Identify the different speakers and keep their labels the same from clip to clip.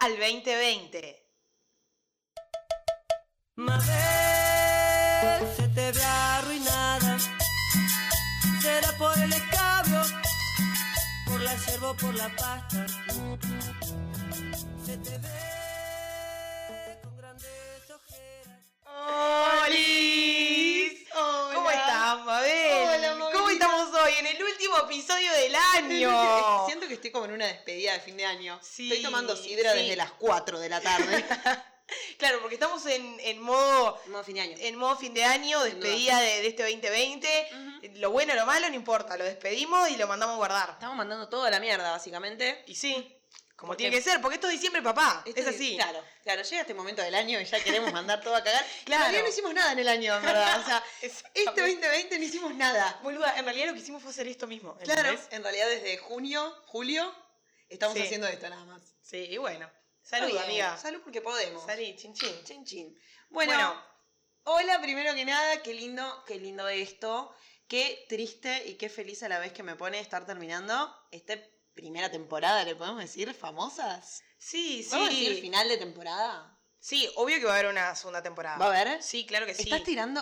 Speaker 1: al 2020.
Speaker 2: Mabel, se te ve arruinada. Será por el escabio, por la yerba o por la pasta. Se te ve con grandes ojeras.
Speaker 1: ¡Holis!
Speaker 3: Hola.
Speaker 1: ¿Cómo estás, Mabel?
Speaker 3: Hola, Mabelita.
Speaker 1: ¿Cómo estamos hoy? En el último episodio del
Speaker 3: Siento-
Speaker 1: año.
Speaker 3: Siento que estoy como en una despedida de fin de año.
Speaker 1: Sí,
Speaker 3: estoy tomando sidra
Speaker 1: sí.
Speaker 3: desde las 4 de la tarde.
Speaker 1: Claro, porque estamos en, en modo
Speaker 3: no, fin de año.
Speaker 1: en modo fin de año, despedida de, de este 2020. Lo bueno, lo malo, no importa, lo despedimos y lo mandamos a guardar.
Speaker 3: Estamos mandando todo a la mierda, básicamente.
Speaker 1: Y sí, como
Speaker 3: Porque-
Speaker 1: tiene que ser, porque esto es diciembre, papá.
Speaker 3: Esto
Speaker 1: es así.
Speaker 3: Claro, claro, llega este momento del año y ya queremos mandar todo a cagar.
Speaker 1: Claro.
Speaker 3: Todavía no hicimos nada en el año, en verdad. O sea,
Speaker 1: Exactamente.
Speaker 3: este 2020 no hicimos nada.
Speaker 1: Boluda, en realidad lo que hicimos fue hacer esto mismo. ¿entendés?
Speaker 3: Claro, en realidad desde junio, julio, estamos
Speaker 1: Sí.
Speaker 3: haciendo esto nada más.
Speaker 1: Sí, y bueno. Salud,
Speaker 3: Está bien,
Speaker 1: amiga.
Speaker 3: Salud porque podemos.
Speaker 1: Salí, chin chin.
Speaker 3: Chin, chin. Bueno,
Speaker 1: Bueno.
Speaker 3: hola, primero que nada, qué lindo, qué lindo esto. Qué triste y qué feliz a la vez que me pone estar terminando esta primera temporada, le podemos decir, famosas.
Speaker 1: Sí, sí.
Speaker 3: ¿Podemos decir final de temporada?
Speaker 1: Sí, obvio que va a haber una segunda temporada.
Speaker 3: ¿Va a haber?
Speaker 1: Sí, claro que sí.
Speaker 3: ¿Estás tirando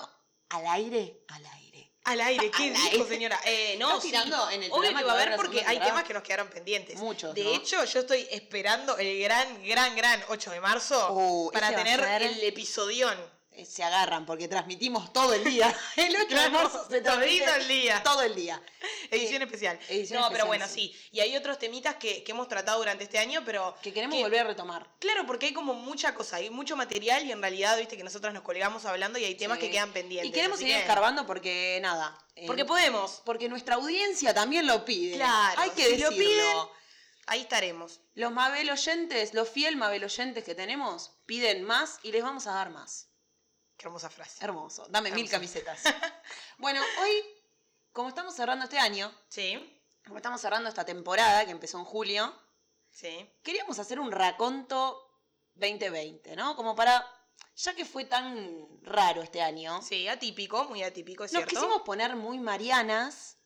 Speaker 3: al aire? Al aire.
Speaker 1: Al aire, ¿qué
Speaker 3: Al
Speaker 1: dijo,
Speaker 3: aire.
Speaker 1: señora? Eh, no,
Speaker 3: Estás
Speaker 1: sí.
Speaker 3: tirando en el
Speaker 1: Obvio
Speaker 3: programa
Speaker 1: que
Speaker 3: que
Speaker 1: va a
Speaker 3: va a
Speaker 1: haber
Speaker 3: haber la
Speaker 1: porque
Speaker 3: segunda
Speaker 1: hay
Speaker 3: temporada.
Speaker 1: temas que nos quedaron pendientes.
Speaker 3: Muchos,
Speaker 1: De
Speaker 3: ¿no?
Speaker 1: hecho, yo estoy esperando el gran, gran, gran 8 de marzo
Speaker 3: Uh,
Speaker 1: para
Speaker 3: ese va a
Speaker 1: tener
Speaker 3: ser-
Speaker 1: el episodión.
Speaker 3: Eh, Se agarran porque transmitimos todo el día. El 8 de marzo se transmite
Speaker 1: Todito el día.
Speaker 3: todo el día.
Speaker 1: Edición
Speaker 3: Eh,
Speaker 1: especial.
Speaker 3: edición
Speaker 1: no, pero
Speaker 3: especial,
Speaker 1: bueno, sí.
Speaker 3: sí.
Speaker 1: Y hay otros temitas que, que hemos tratado durante este año, pero...
Speaker 3: que queremos
Speaker 1: que-
Speaker 3: volver a retomar.
Speaker 1: Claro, porque hay como mucha cosa, hay mucho material y en realidad, viste, que nosotras nos colgamos hablando y hay temas
Speaker 3: Sí.
Speaker 1: que quedan pendientes.
Speaker 3: Y queremos
Speaker 1: así
Speaker 3: seguir
Speaker 1: que-
Speaker 3: escarbando porque nada. eh,
Speaker 1: Porque podemos.
Speaker 3: Porque nuestra audiencia también lo pide.
Speaker 1: Claro,
Speaker 3: Hay que
Speaker 1: si lo
Speaker 3: decirlo.
Speaker 1: piden- Ahí estaremos.
Speaker 3: Los Mabel oyentes, los fiel Mabel oyentes que tenemos, piden más y les vamos a dar más.
Speaker 1: Qué hermosa frase.
Speaker 3: Hermoso. Dame mil
Speaker 1: Hermoso.
Speaker 3: camisetas. bueno, hoy, como estamos cerrando este año,
Speaker 1: Sí,
Speaker 3: como estamos cerrando esta temporada que empezó en julio,
Speaker 1: sí.
Speaker 3: queríamos hacer un raconto 2020, ¿no? Como para. Ya que fue tan raro este año,
Speaker 1: Sí, atípico, muy atípico, es
Speaker 3: nos
Speaker 1: cierto.
Speaker 3: quisimos poner muy marianas.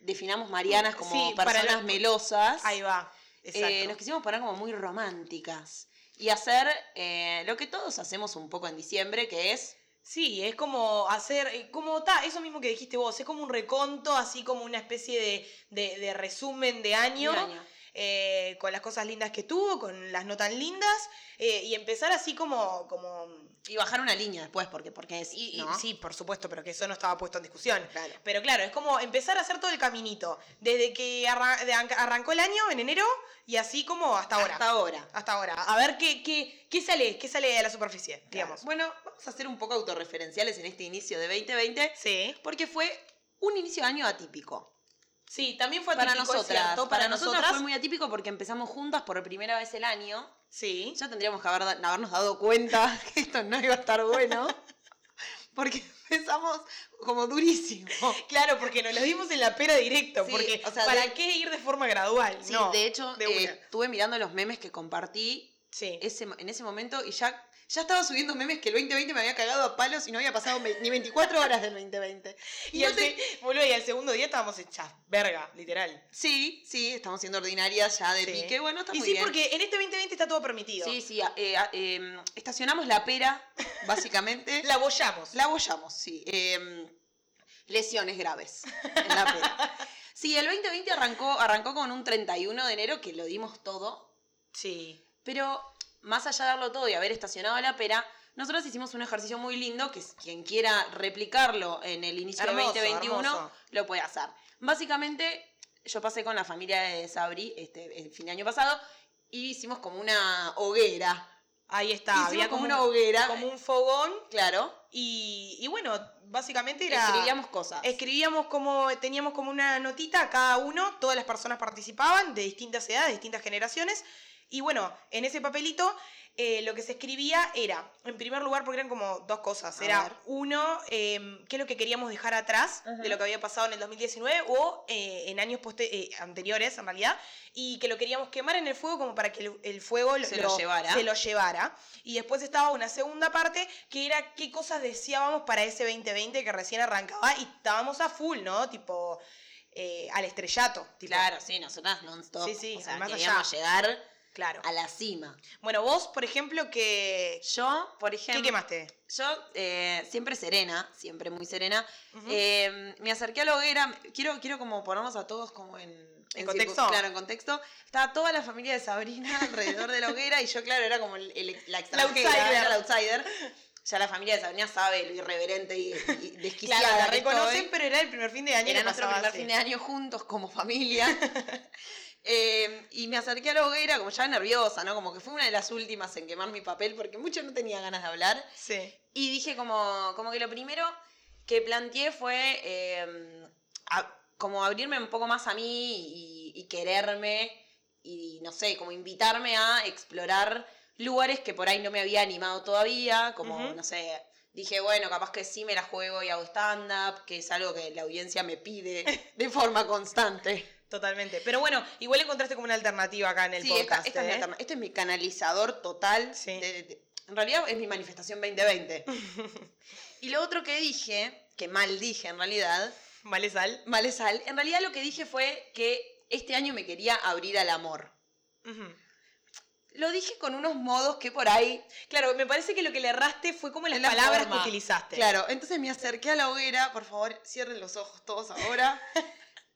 Speaker 3: Definamos marianas como
Speaker 1: Sí, para
Speaker 3: personas
Speaker 1: la-
Speaker 3: melosas.
Speaker 1: Ahí va. Exacto.
Speaker 3: Eh, nos quisimos poner como muy románticas y hacer eh, lo que todos hacemos un poco en diciembre, que es...
Speaker 1: Sí, es como hacer, eh, como está, eso mismo que dijiste vos, es como un reconto, así como una especie de, de- de resumen de año,
Speaker 3: un año.
Speaker 1: eh, con las cosas lindas que tuvo, con las no tan lindas, eh, y empezar así como, como
Speaker 3: Y bajar una línea después, porque, porque es...
Speaker 1: y- y-
Speaker 3: ¿no?
Speaker 1: sí, por supuesto, pero que eso no estaba puesto en discusión.
Speaker 3: Claro.
Speaker 1: Pero claro, es como empezar a hacer todo el caminito, desde que arra- de- arrancó el año en enero y así como hasta ahora.
Speaker 3: Hasta ahora.
Speaker 1: hasta ahora. A ver qué, qué, qué sale, qué sale de la superficie, digamos.
Speaker 3: Bueno, vamos a ser un poco autorreferenciales en este inicio de 2020,
Speaker 1: Sí.
Speaker 3: porque fue un inicio de año atípico.
Speaker 1: Sí, también fue
Speaker 3: para
Speaker 1: atípico, es
Speaker 3: nosotras,
Speaker 1: cierto,
Speaker 3: para, nosotras, fue muy atípico porque empezamos juntas por primera vez el año.
Speaker 1: Sí.
Speaker 3: Ya tendríamos que haber da- habernos dado cuenta que esto no iba a estar bueno, porque empezamos como durísimo.
Speaker 1: Claro, porque nos lo dimos en la pera directo,
Speaker 3: Sí,
Speaker 1: porque
Speaker 3: o sea,
Speaker 1: ¿para
Speaker 3: de-
Speaker 1: qué ir de forma gradual?
Speaker 3: Sí,
Speaker 1: no.
Speaker 3: de hecho,
Speaker 1: de
Speaker 3: eh,
Speaker 1: una.
Speaker 3: estuve mirando los memes que compartí
Speaker 1: Sí.
Speaker 3: ese, en ese momento y ya, ya estaba subiendo memes que el 2020 me había cagado a palos y no había pasado ve- ni 24 horas del 2020. Y
Speaker 1: Y,
Speaker 3: no
Speaker 1: al
Speaker 3: te-
Speaker 1: se- boludo, y al segundo día estábamos hechas verga, literal.
Speaker 3: Sí, sí, estamos siendo ordinarias ya de
Speaker 1: Sí.
Speaker 3: pique. Bueno, está
Speaker 1: y
Speaker 3: muy
Speaker 1: sí,
Speaker 3: bien.
Speaker 1: porque en este 2020 está todo permitido.
Speaker 3: Sí, sí, a- eh, a- eh, estacionamos la pera, básicamente. la,
Speaker 1: La bollamos.
Speaker 3: abollamos, sí. eh, lesiones graves en la pera. Sí, el 2020 arrancó, arrancó con un 31 de enero que lo dimos todo.
Speaker 1: Sí.
Speaker 3: Pero más allá de darlo todo y haber estacionado la pera, nosotros hicimos un ejercicio muy lindo que es- quien quiera replicarlo en el inicio del
Speaker 1: Hermoso,
Speaker 3: 2021
Speaker 1: hermoso.
Speaker 3: lo puede hacer. Básicamente, yo pasé con la familia de Sabri este, el fin de año pasado y hicimos como una hoguera.
Speaker 1: Ahí está.
Speaker 3: hicimos
Speaker 1: había
Speaker 3: como
Speaker 1: como,
Speaker 3: una
Speaker 1: un,
Speaker 3: hoguera.
Speaker 1: como un fogón.
Speaker 3: Claro.
Speaker 1: Y, y bueno, básicamente era.
Speaker 3: Escribíamos cosas.
Speaker 1: Escribíamos como, teníamos como una notita cada uno, todas las personas participaban de distintas edades, de distintas generaciones. Y bueno, en ese papelito eh, lo que se escribía era, en primer lugar, porque eran como dos cosas.
Speaker 3: A
Speaker 1: Era
Speaker 3: ver.
Speaker 1: uno, eh, qué es lo que queríamos dejar atrás
Speaker 3: Ajá.
Speaker 1: de lo que había pasado en el 2019 o eh, en años poste- eh, anteriores, en realidad, y que lo queríamos quemar en el fuego como para que el, el fuego
Speaker 3: Se lo llevara.
Speaker 1: se lo llevara. Y después estaba una segunda parte que era qué cosas deseábamos para ese 2020 que recién arrancaba y estábamos a full, ¿no? Tipo, eh, al estrellato. tipo.
Speaker 3: Claro, sí, nosotras non-stop.
Speaker 1: Sí, sí,
Speaker 3: o sea,
Speaker 1: más
Speaker 3: queríamos llegar
Speaker 1: Claro.
Speaker 3: a la cima.
Speaker 1: Bueno, vos, por ejemplo, que...
Speaker 3: Yo, por
Speaker 1: ¿Qué
Speaker 3: ejemplo,
Speaker 1: quemaste?
Speaker 3: yo eh, siempre serena, siempre muy serena,
Speaker 1: Ujú.
Speaker 3: Eh, me acerqué a la hoguera, quiero, quiero como ponernos a todos como en,
Speaker 1: ¿En
Speaker 3: circu-
Speaker 1: contexto?
Speaker 3: Claro, en contexto. Estaba toda la familia de Sabrina alrededor de la hoguera y yo, claro, era como el- el- la extranjera,
Speaker 1: outsider.
Speaker 3: era la outsider. Ya la familia de Sabrina sabe lo irreverente y, y desquiciada
Speaker 1: Claro, la
Speaker 3: que
Speaker 1: reconocen,
Speaker 3: estoy.
Speaker 1: pero era el primer fin de año. y
Speaker 3: Era
Speaker 1: la
Speaker 3: nuestro
Speaker 1: pasaba
Speaker 3: primer
Speaker 1: así.
Speaker 3: fin de año juntos como familia. Eh, y me acerqué a la hoguera como ya nerviosa, ¿no? Como que fue una de las últimas en quemar mi papel porque mucho no tenía ganas de hablar.
Speaker 1: Sí.
Speaker 3: Y dije como, como que lo primero que planteé fue eh, a- como abrirme un poco más a mí y, y quererme y no sé, como invitarme a explorar lugares que por ahí no me había animado todavía, como
Speaker 1: Ujú.
Speaker 3: no sé, dije bueno, capaz que sí me la juego y hago stand-up, que es algo que la audiencia me pide de forma constante.
Speaker 1: Totalmente. Pero bueno, igual encontraste como una alternativa acá en el
Speaker 3: Sí, esta-
Speaker 1: podcast.
Speaker 3: esta es mi
Speaker 1: ¿eh?
Speaker 3: alterna- este es mi canalizador total.
Speaker 1: Sí.
Speaker 3: de- de- en realidad es mi manifestación 2020. y lo otro que dije, que mal dije en realidad,
Speaker 1: Vale, sal.
Speaker 3: mal es al, en realidad lo que dije fue que este año me quería abrir al amor.
Speaker 1: Ujú.
Speaker 3: Lo dije con unos modos que por ahí.
Speaker 1: Claro, me parece que lo que le erraste fue como las
Speaker 3: Es la
Speaker 1: palabras
Speaker 3: forma.
Speaker 1: que utilizaste.
Speaker 3: Claro, entonces me acerqué a la hoguera, por favor, cierren los ojos todos ahora.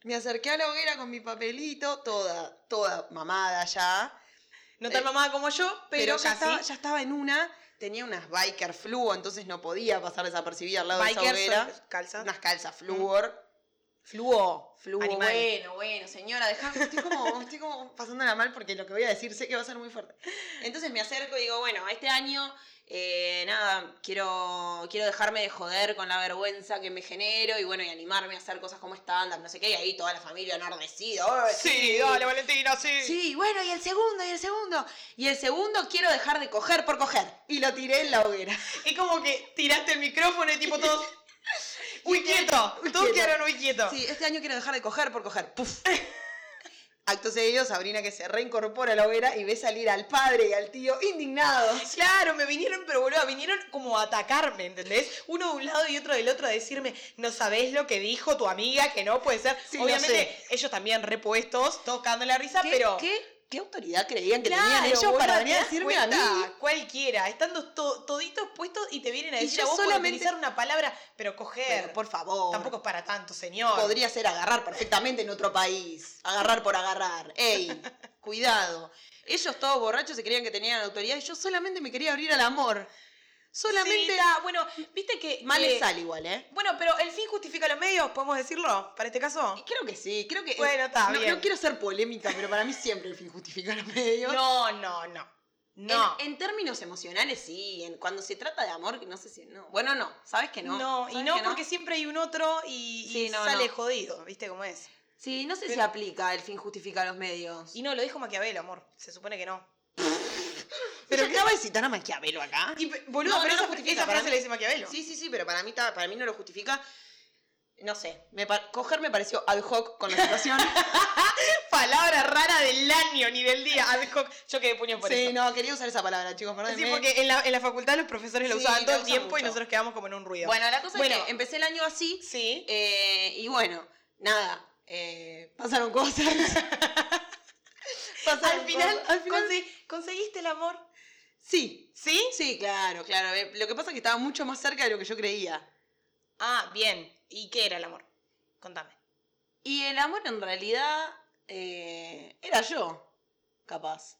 Speaker 3: me acerqué a la hoguera con mi papelito, toda, toda mamada ya.
Speaker 1: No tan mamada como yo, pero,
Speaker 3: Eh, pero, ya,
Speaker 1: casi.
Speaker 3: estaba, ya estaba en una, tenía unas biker fluo, entonces no podía pasar desapercibida al lado de
Speaker 1: Bikers,
Speaker 3: esa hoguera.
Speaker 1: son- calzas.
Speaker 3: Unas calzas flúor.
Speaker 1: Fluo.
Speaker 3: Mm. Fluo,
Speaker 1: Animal.
Speaker 3: bueno, bueno, señora, dejá, estoy como, estoy como pasándola mal porque lo que voy a decir sé que va a ser muy fuerte. Entonces me acerco y digo, bueno, este año, eh, nada, quiero, quiero dejarme de joder con la vergüenza que me genero y bueno, y animarme a hacer cosas como stand-up, no sé qué, y ahí toda la familia enardecida. "Ay,
Speaker 1: Sí, dale, Valentina, sí.
Speaker 3: Sí, bueno, y el segundo, y el segundo. Y el segundo quiero dejar de coger por coger. Y lo tiré en la hoguera.
Speaker 1: Es como que tiraste el micrófono y tipo todos. ¡Uy, quieto!
Speaker 3: Uy,
Speaker 1: Todos
Speaker 3: quieto.
Speaker 1: quedaron uy, quieto.
Speaker 3: Sí, este año quiero dejar de coger por coger. Puf. Acto seguido, Sabrina que se reincorpora a la hoguera y ve salir al padre y al tío indignados.
Speaker 1: Claro, me vinieron, pero boludo, vinieron como a atacarme, ¿entendés? Uno de un lado y otro del otro a decirme, no sabés lo que dijo tu amiga, que no puede ser.
Speaker 3: Sí, lo
Speaker 1: Obviamente,
Speaker 3: sé.
Speaker 1: ellos también repuestos, tocando la risa,
Speaker 3: ¿Qué,
Speaker 1: pero.
Speaker 3: ¿qué, qué autoridad creían que
Speaker 1: Claro,
Speaker 3: tenían ellos
Speaker 1: boludo,
Speaker 3: para
Speaker 1: ¿te
Speaker 3: venir a
Speaker 1: das
Speaker 3: decirme
Speaker 1: cuenta?
Speaker 3: a mí?
Speaker 1: Cualquiera, estando to- toditos puestos y te vienen a
Speaker 3: Y
Speaker 1: decir
Speaker 3: yo
Speaker 1: a vos
Speaker 3: solamente-
Speaker 1: por utilizar una palabra, pero coger.
Speaker 3: Pero, por favor.
Speaker 1: Tampoco es para tanto, señor.
Speaker 3: podría ser agarrar perfectamente en otro país. Agarrar por agarrar. ¡Ey! Cuidado. Ellos todos borrachos se creían que tenían autoridad y yo solamente me quería abrir al amor.
Speaker 1: Solamente.
Speaker 3: Solamente.
Speaker 1: bueno, viste que.
Speaker 3: Mal
Speaker 1: que-
Speaker 3: es al igual, ¿eh?
Speaker 1: Bueno, pero el fin justifica los medios, podemos decirlo, para este caso.
Speaker 3: Creo que sí, creo que.
Speaker 1: Bueno, está
Speaker 3: no,
Speaker 1: bien.
Speaker 3: no quiero ser polémica, pero para mí siempre el fin justifica los medios.
Speaker 1: No, no, no. No.
Speaker 3: En, en términos emocionales, sí. En, cuando se trata de amor, que no sé si. No. Bueno, no. ¿Sabes que no?
Speaker 1: No, y
Speaker 3: ¿Sabes
Speaker 1: no
Speaker 3: que
Speaker 1: porque siempre hay un otro y, y
Speaker 3: Sí, no,
Speaker 1: sale
Speaker 3: no.
Speaker 1: jodido, ¿viste cómo es?
Speaker 3: Sí, no sé si
Speaker 1: Pero-
Speaker 3: aplica el fin justifica los medios.
Speaker 1: Y no, lo dijo Maquiavelo, amor. Se supone que no.
Speaker 3: pero acaba de citar a Maquiavelo acá.
Speaker 1: Y, pe- boludo,
Speaker 3: No,
Speaker 1: pero
Speaker 3: no lo
Speaker 1: esa,
Speaker 3: justifica,
Speaker 1: esa
Speaker 3: para
Speaker 1: frase
Speaker 3: mí-
Speaker 1: la dice Maquiavelo.
Speaker 3: Sí, sí, sí, pero para mí, ta- para mí no lo justifica. No sé, me pa- coger me pareció ad hoc con la situación.
Speaker 1: Palabra rara del año, ni del día. Ad hoc. Yo quedé puño por
Speaker 3: sí,
Speaker 1: eso.
Speaker 3: no, quería usar esa palabra, chicos, perdón.
Speaker 1: Sí, porque en la, en la facultad los profesores lo
Speaker 3: Sí,
Speaker 1: usaban
Speaker 3: la
Speaker 1: todo el
Speaker 3: usan
Speaker 1: tiempo y
Speaker 3: mucho.
Speaker 1: nosotros quedamos como en un ruido.
Speaker 3: Bueno, la cosa
Speaker 1: Bueno.
Speaker 3: es que empecé el año así
Speaker 1: sí.
Speaker 3: eh, y bueno, nada, eh, pasaron cosas. Pasaron
Speaker 1: al, final,
Speaker 3: cosas. al final,
Speaker 1: conse- conseguiste el amor.
Speaker 3: sí,
Speaker 1: ¿Sí?
Speaker 3: sí, claro, claro. eh, Lo que pasa es que estaba mucho más cerca de lo que yo creía.
Speaker 1: Ah, bien. ¿Y qué era el amor? Contame.
Speaker 3: Y el amor en realidad eh, era yo, capaz.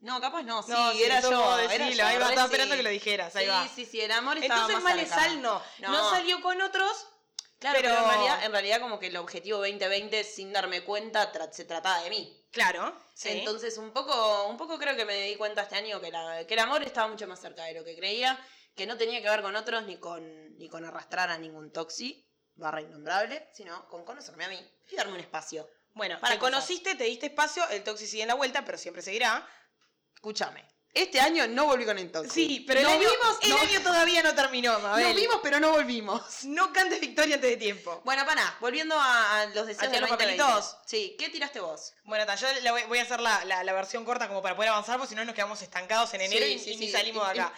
Speaker 3: No, capaz no, sí,
Speaker 1: No,
Speaker 3: era,
Speaker 1: eso
Speaker 3: yo,
Speaker 1: vos
Speaker 3: era
Speaker 1: decilo,
Speaker 3: yo,
Speaker 1: ahí va,
Speaker 3: re
Speaker 1: estaba
Speaker 3: sí.
Speaker 1: esperando que lo dijeras, ahí va.
Speaker 3: Sí, sí, sí, el amor estaba
Speaker 1: Entonces
Speaker 3: más
Speaker 1: mal es
Speaker 3: cerca.
Speaker 1: sal no. no.
Speaker 3: No.
Speaker 1: salió con otros.
Speaker 3: Claro, pero,
Speaker 1: pero-
Speaker 3: en, realidad, en realidad como que el objetivo 2020, sin darme cuenta, tra- se trataba de mí.
Speaker 1: Claro. Entonces,
Speaker 3: Entonces un poco, un poco creo que me di cuenta este año que, la- que el amor estaba mucho más cerca de lo que creía, que no tenía que ver con otros ni con, ni con arrastrar a ningún toxi, barra innombrable, sino con conocerme a mí y darme un espacio.
Speaker 1: bueno,
Speaker 3: para
Speaker 1: te
Speaker 3: cosas.
Speaker 1: conociste, te diste espacio, el Toxi sigue en la vuelta, pero siempre seguirá.
Speaker 3: Escúchame. Este año no volví con el toxi.
Speaker 1: Sí, pero
Speaker 3: no
Speaker 1: el, año,
Speaker 3: vimos,
Speaker 1: el
Speaker 3: no,
Speaker 1: año todavía no terminó, Mabel.
Speaker 3: no vimos, pero no volvimos.
Speaker 1: No cantes victoria antes de tiempo.
Speaker 3: Bueno, pana, volviendo a, a los deseos
Speaker 1: Hacia
Speaker 3: de
Speaker 1: los
Speaker 3: 2020.
Speaker 1: papelitos.
Speaker 3: Sí, ¿qué tiraste vos?
Speaker 1: Bueno, ta, yo la voy, voy a hacer la, la- la versión corta como para poder avanzar, porque si no nos quedamos estancados en enero
Speaker 3: Sí,
Speaker 1: y,
Speaker 3: sí,
Speaker 1: y ni
Speaker 3: sí.
Speaker 1: salimos de acá.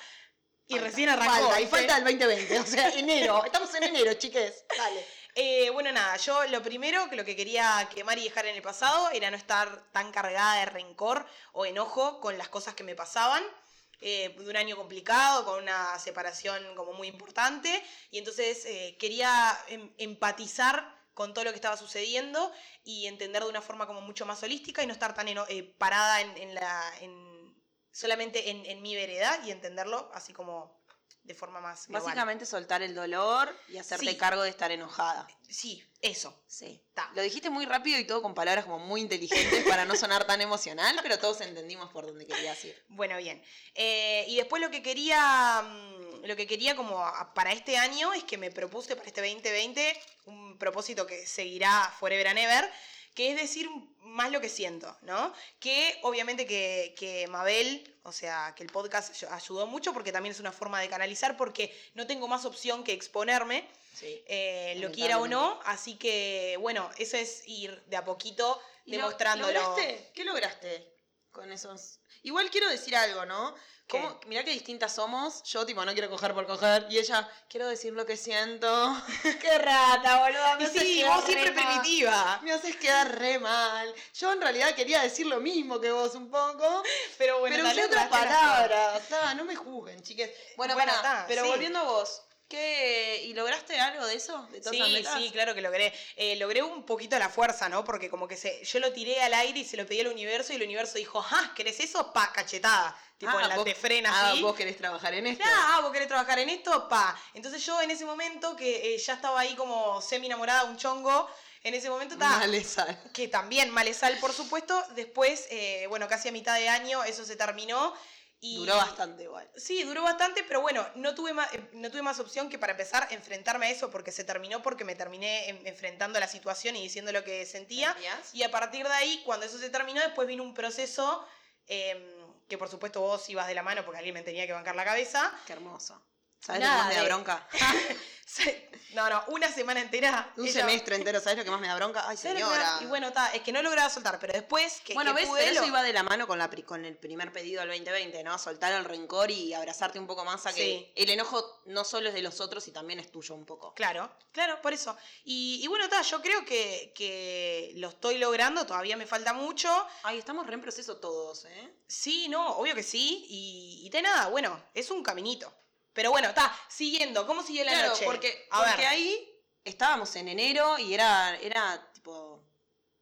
Speaker 1: Y recién arrancó.
Speaker 3: Falta, y este.
Speaker 1: ¿viste?
Speaker 3: falta el 2020, o sea, enero. Estamos en enero, chiques. Dale.
Speaker 1: Eh, bueno, nada, yo lo primero que lo que quería quemar y dejar en el pasado era no estar tan cargada de rencor o enojo con las cosas que me pasaban. eh, de un año complicado, con una separación como muy importante. Y entonces eh, quería em- empatizar con todo lo que estaba sucediendo y entender de una forma como mucho más holística y no estar tan eno- eh, parada en, en la. en- solamente en, en mi vereda y entenderlo así como de forma más. global.
Speaker 3: Básicamente soltar el dolor y hacerte
Speaker 1: Sí.
Speaker 3: cargo de estar enojada.
Speaker 1: Sí, eso.
Speaker 3: Sí.
Speaker 1: Ta.
Speaker 3: Lo dijiste muy rápido y todo con palabras como muy inteligentes para no sonar tan emocional, pero todos entendimos por dónde querías ir.
Speaker 1: Bueno, bien. Eh, y después lo que quería, mm, lo que quería como a- para este año es que me propuse para este 2020 un propósito que seguirá forever and ever, que es decir más lo que siento, ¿no? Que obviamente que, que Mabel, o sea, que el podcast ayu- ayudó mucho porque también es una forma de canalizar porque no tengo más opción que exponerme
Speaker 3: Sí.
Speaker 1: eh, lo quiera o no. Así que, bueno, eso es ir de a poquito demostrándolo.
Speaker 3: ¿Lograste? ¿Qué lograste con esos? Igual quiero decir algo, ¿no?
Speaker 1: ¿Qué?
Speaker 3: Como, mirá qué distintas somos. Yo, tipo, no quiero coger por coger. Y ella, quiero decir lo que siento. ¡Qué rata, boluda!
Speaker 1: Y
Speaker 3: me haces
Speaker 1: sí,
Speaker 3: quedar
Speaker 1: vos siempre
Speaker 3: re mal.
Speaker 1: primitiva.
Speaker 3: Me haces quedar re mal. Yo, en realidad, quería decir lo mismo que vos un poco.
Speaker 1: Pero bueno,
Speaker 3: pero
Speaker 1: tal
Speaker 3: usé
Speaker 1: vez
Speaker 3: otras
Speaker 1: lograste las
Speaker 3: palabras. Ta, no me juzguen, chiques. Bueno,
Speaker 1: Bueno,
Speaker 3: pará,
Speaker 1: ta,
Speaker 3: pero
Speaker 1: sí.
Speaker 3: volviendo a vos. ¿Qué, ¿Y lograste algo de eso? ¿De todas esas
Speaker 1: Sí,
Speaker 3: metas?
Speaker 1: sí, claro que logré. Eh, logré un poquito la fuerza, ¿no? Porque como que se, yo lo tiré al aire y se lo pedí al universo y el universo dijo, ah, ¿querés eso? Pa, cachetada. Tipo,
Speaker 3: Ah,
Speaker 1: en la
Speaker 3: vos-
Speaker 1: te frena
Speaker 3: Ah,
Speaker 1: así.
Speaker 3: vos querés trabajar en esto.
Speaker 1: Ah, ah, vos querés trabajar en esto, pa. Entonces yo en ese momento, que eh, ya estaba ahí como semi enamorada, un chongo, en ese momento estaba...
Speaker 3: Dale, sal.
Speaker 1: que también malesal, por supuesto. Después, eh, bueno, casi a mitad de año eso se terminó. Y
Speaker 3: Duró bastante igual.
Speaker 1: Sí, duró bastante, pero bueno, no tuve, más, eh, no tuve más opción que para empezar enfrentarme a eso porque se terminó porque me terminé en- enfrentando a la situación y diciendo lo que sentía.
Speaker 3: ¿Sentías?
Speaker 1: Y a partir de ahí, cuando eso se terminó, después vino un proceso eh, que por supuesto vos ibas de la mano porque alguien me tenía que bancar la cabeza.
Speaker 3: Qué hermoso. ¿Sabes lo que
Speaker 1: Nada
Speaker 3: más me da
Speaker 1: de-
Speaker 3: bronca?
Speaker 1: No, no, una semana entera.
Speaker 3: Un
Speaker 1: ella-
Speaker 3: semestre entero, ¿sabes lo que más me da bronca? Ay,
Speaker 1: ¿Sabes lo que me da?
Speaker 3: señora.
Speaker 1: Y bueno, ta, es que no lograba soltar, pero después que,
Speaker 3: Bueno,
Speaker 1: que
Speaker 3: ves,
Speaker 1: pude,
Speaker 3: pero eso
Speaker 1: lo-
Speaker 3: iba de la mano con, la, pri- con el primer pedido del 2020, ¿no? Soltar el rencor y abrazarte un poco más a que
Speaker 1: Sí.
Speaker 3: el enojo no solo es de los otros y también es tuyo un poco.
Speaker 1: Claro, claro, por eso. Y, y bueno, ta, yo creo que, que lo estoy logrando, todavía me falta mucho.
Speaker 3: Ay, estamos re en proceso todos, ¿eh?
Speaker 1: Sí, no, obvio que sí. Y, y de nada, bueno, es un caminito. Pero bueno, está, siguiendo, ¿cómo siguió la
Speaker 3: claro,
Speaker 1: noche?
Speaker 3: porque,
Speaker 1: A
Speaker 3: porque
Speaker 1: ver.
Speaker 3: ahí estábamos en enero y era, era tipo,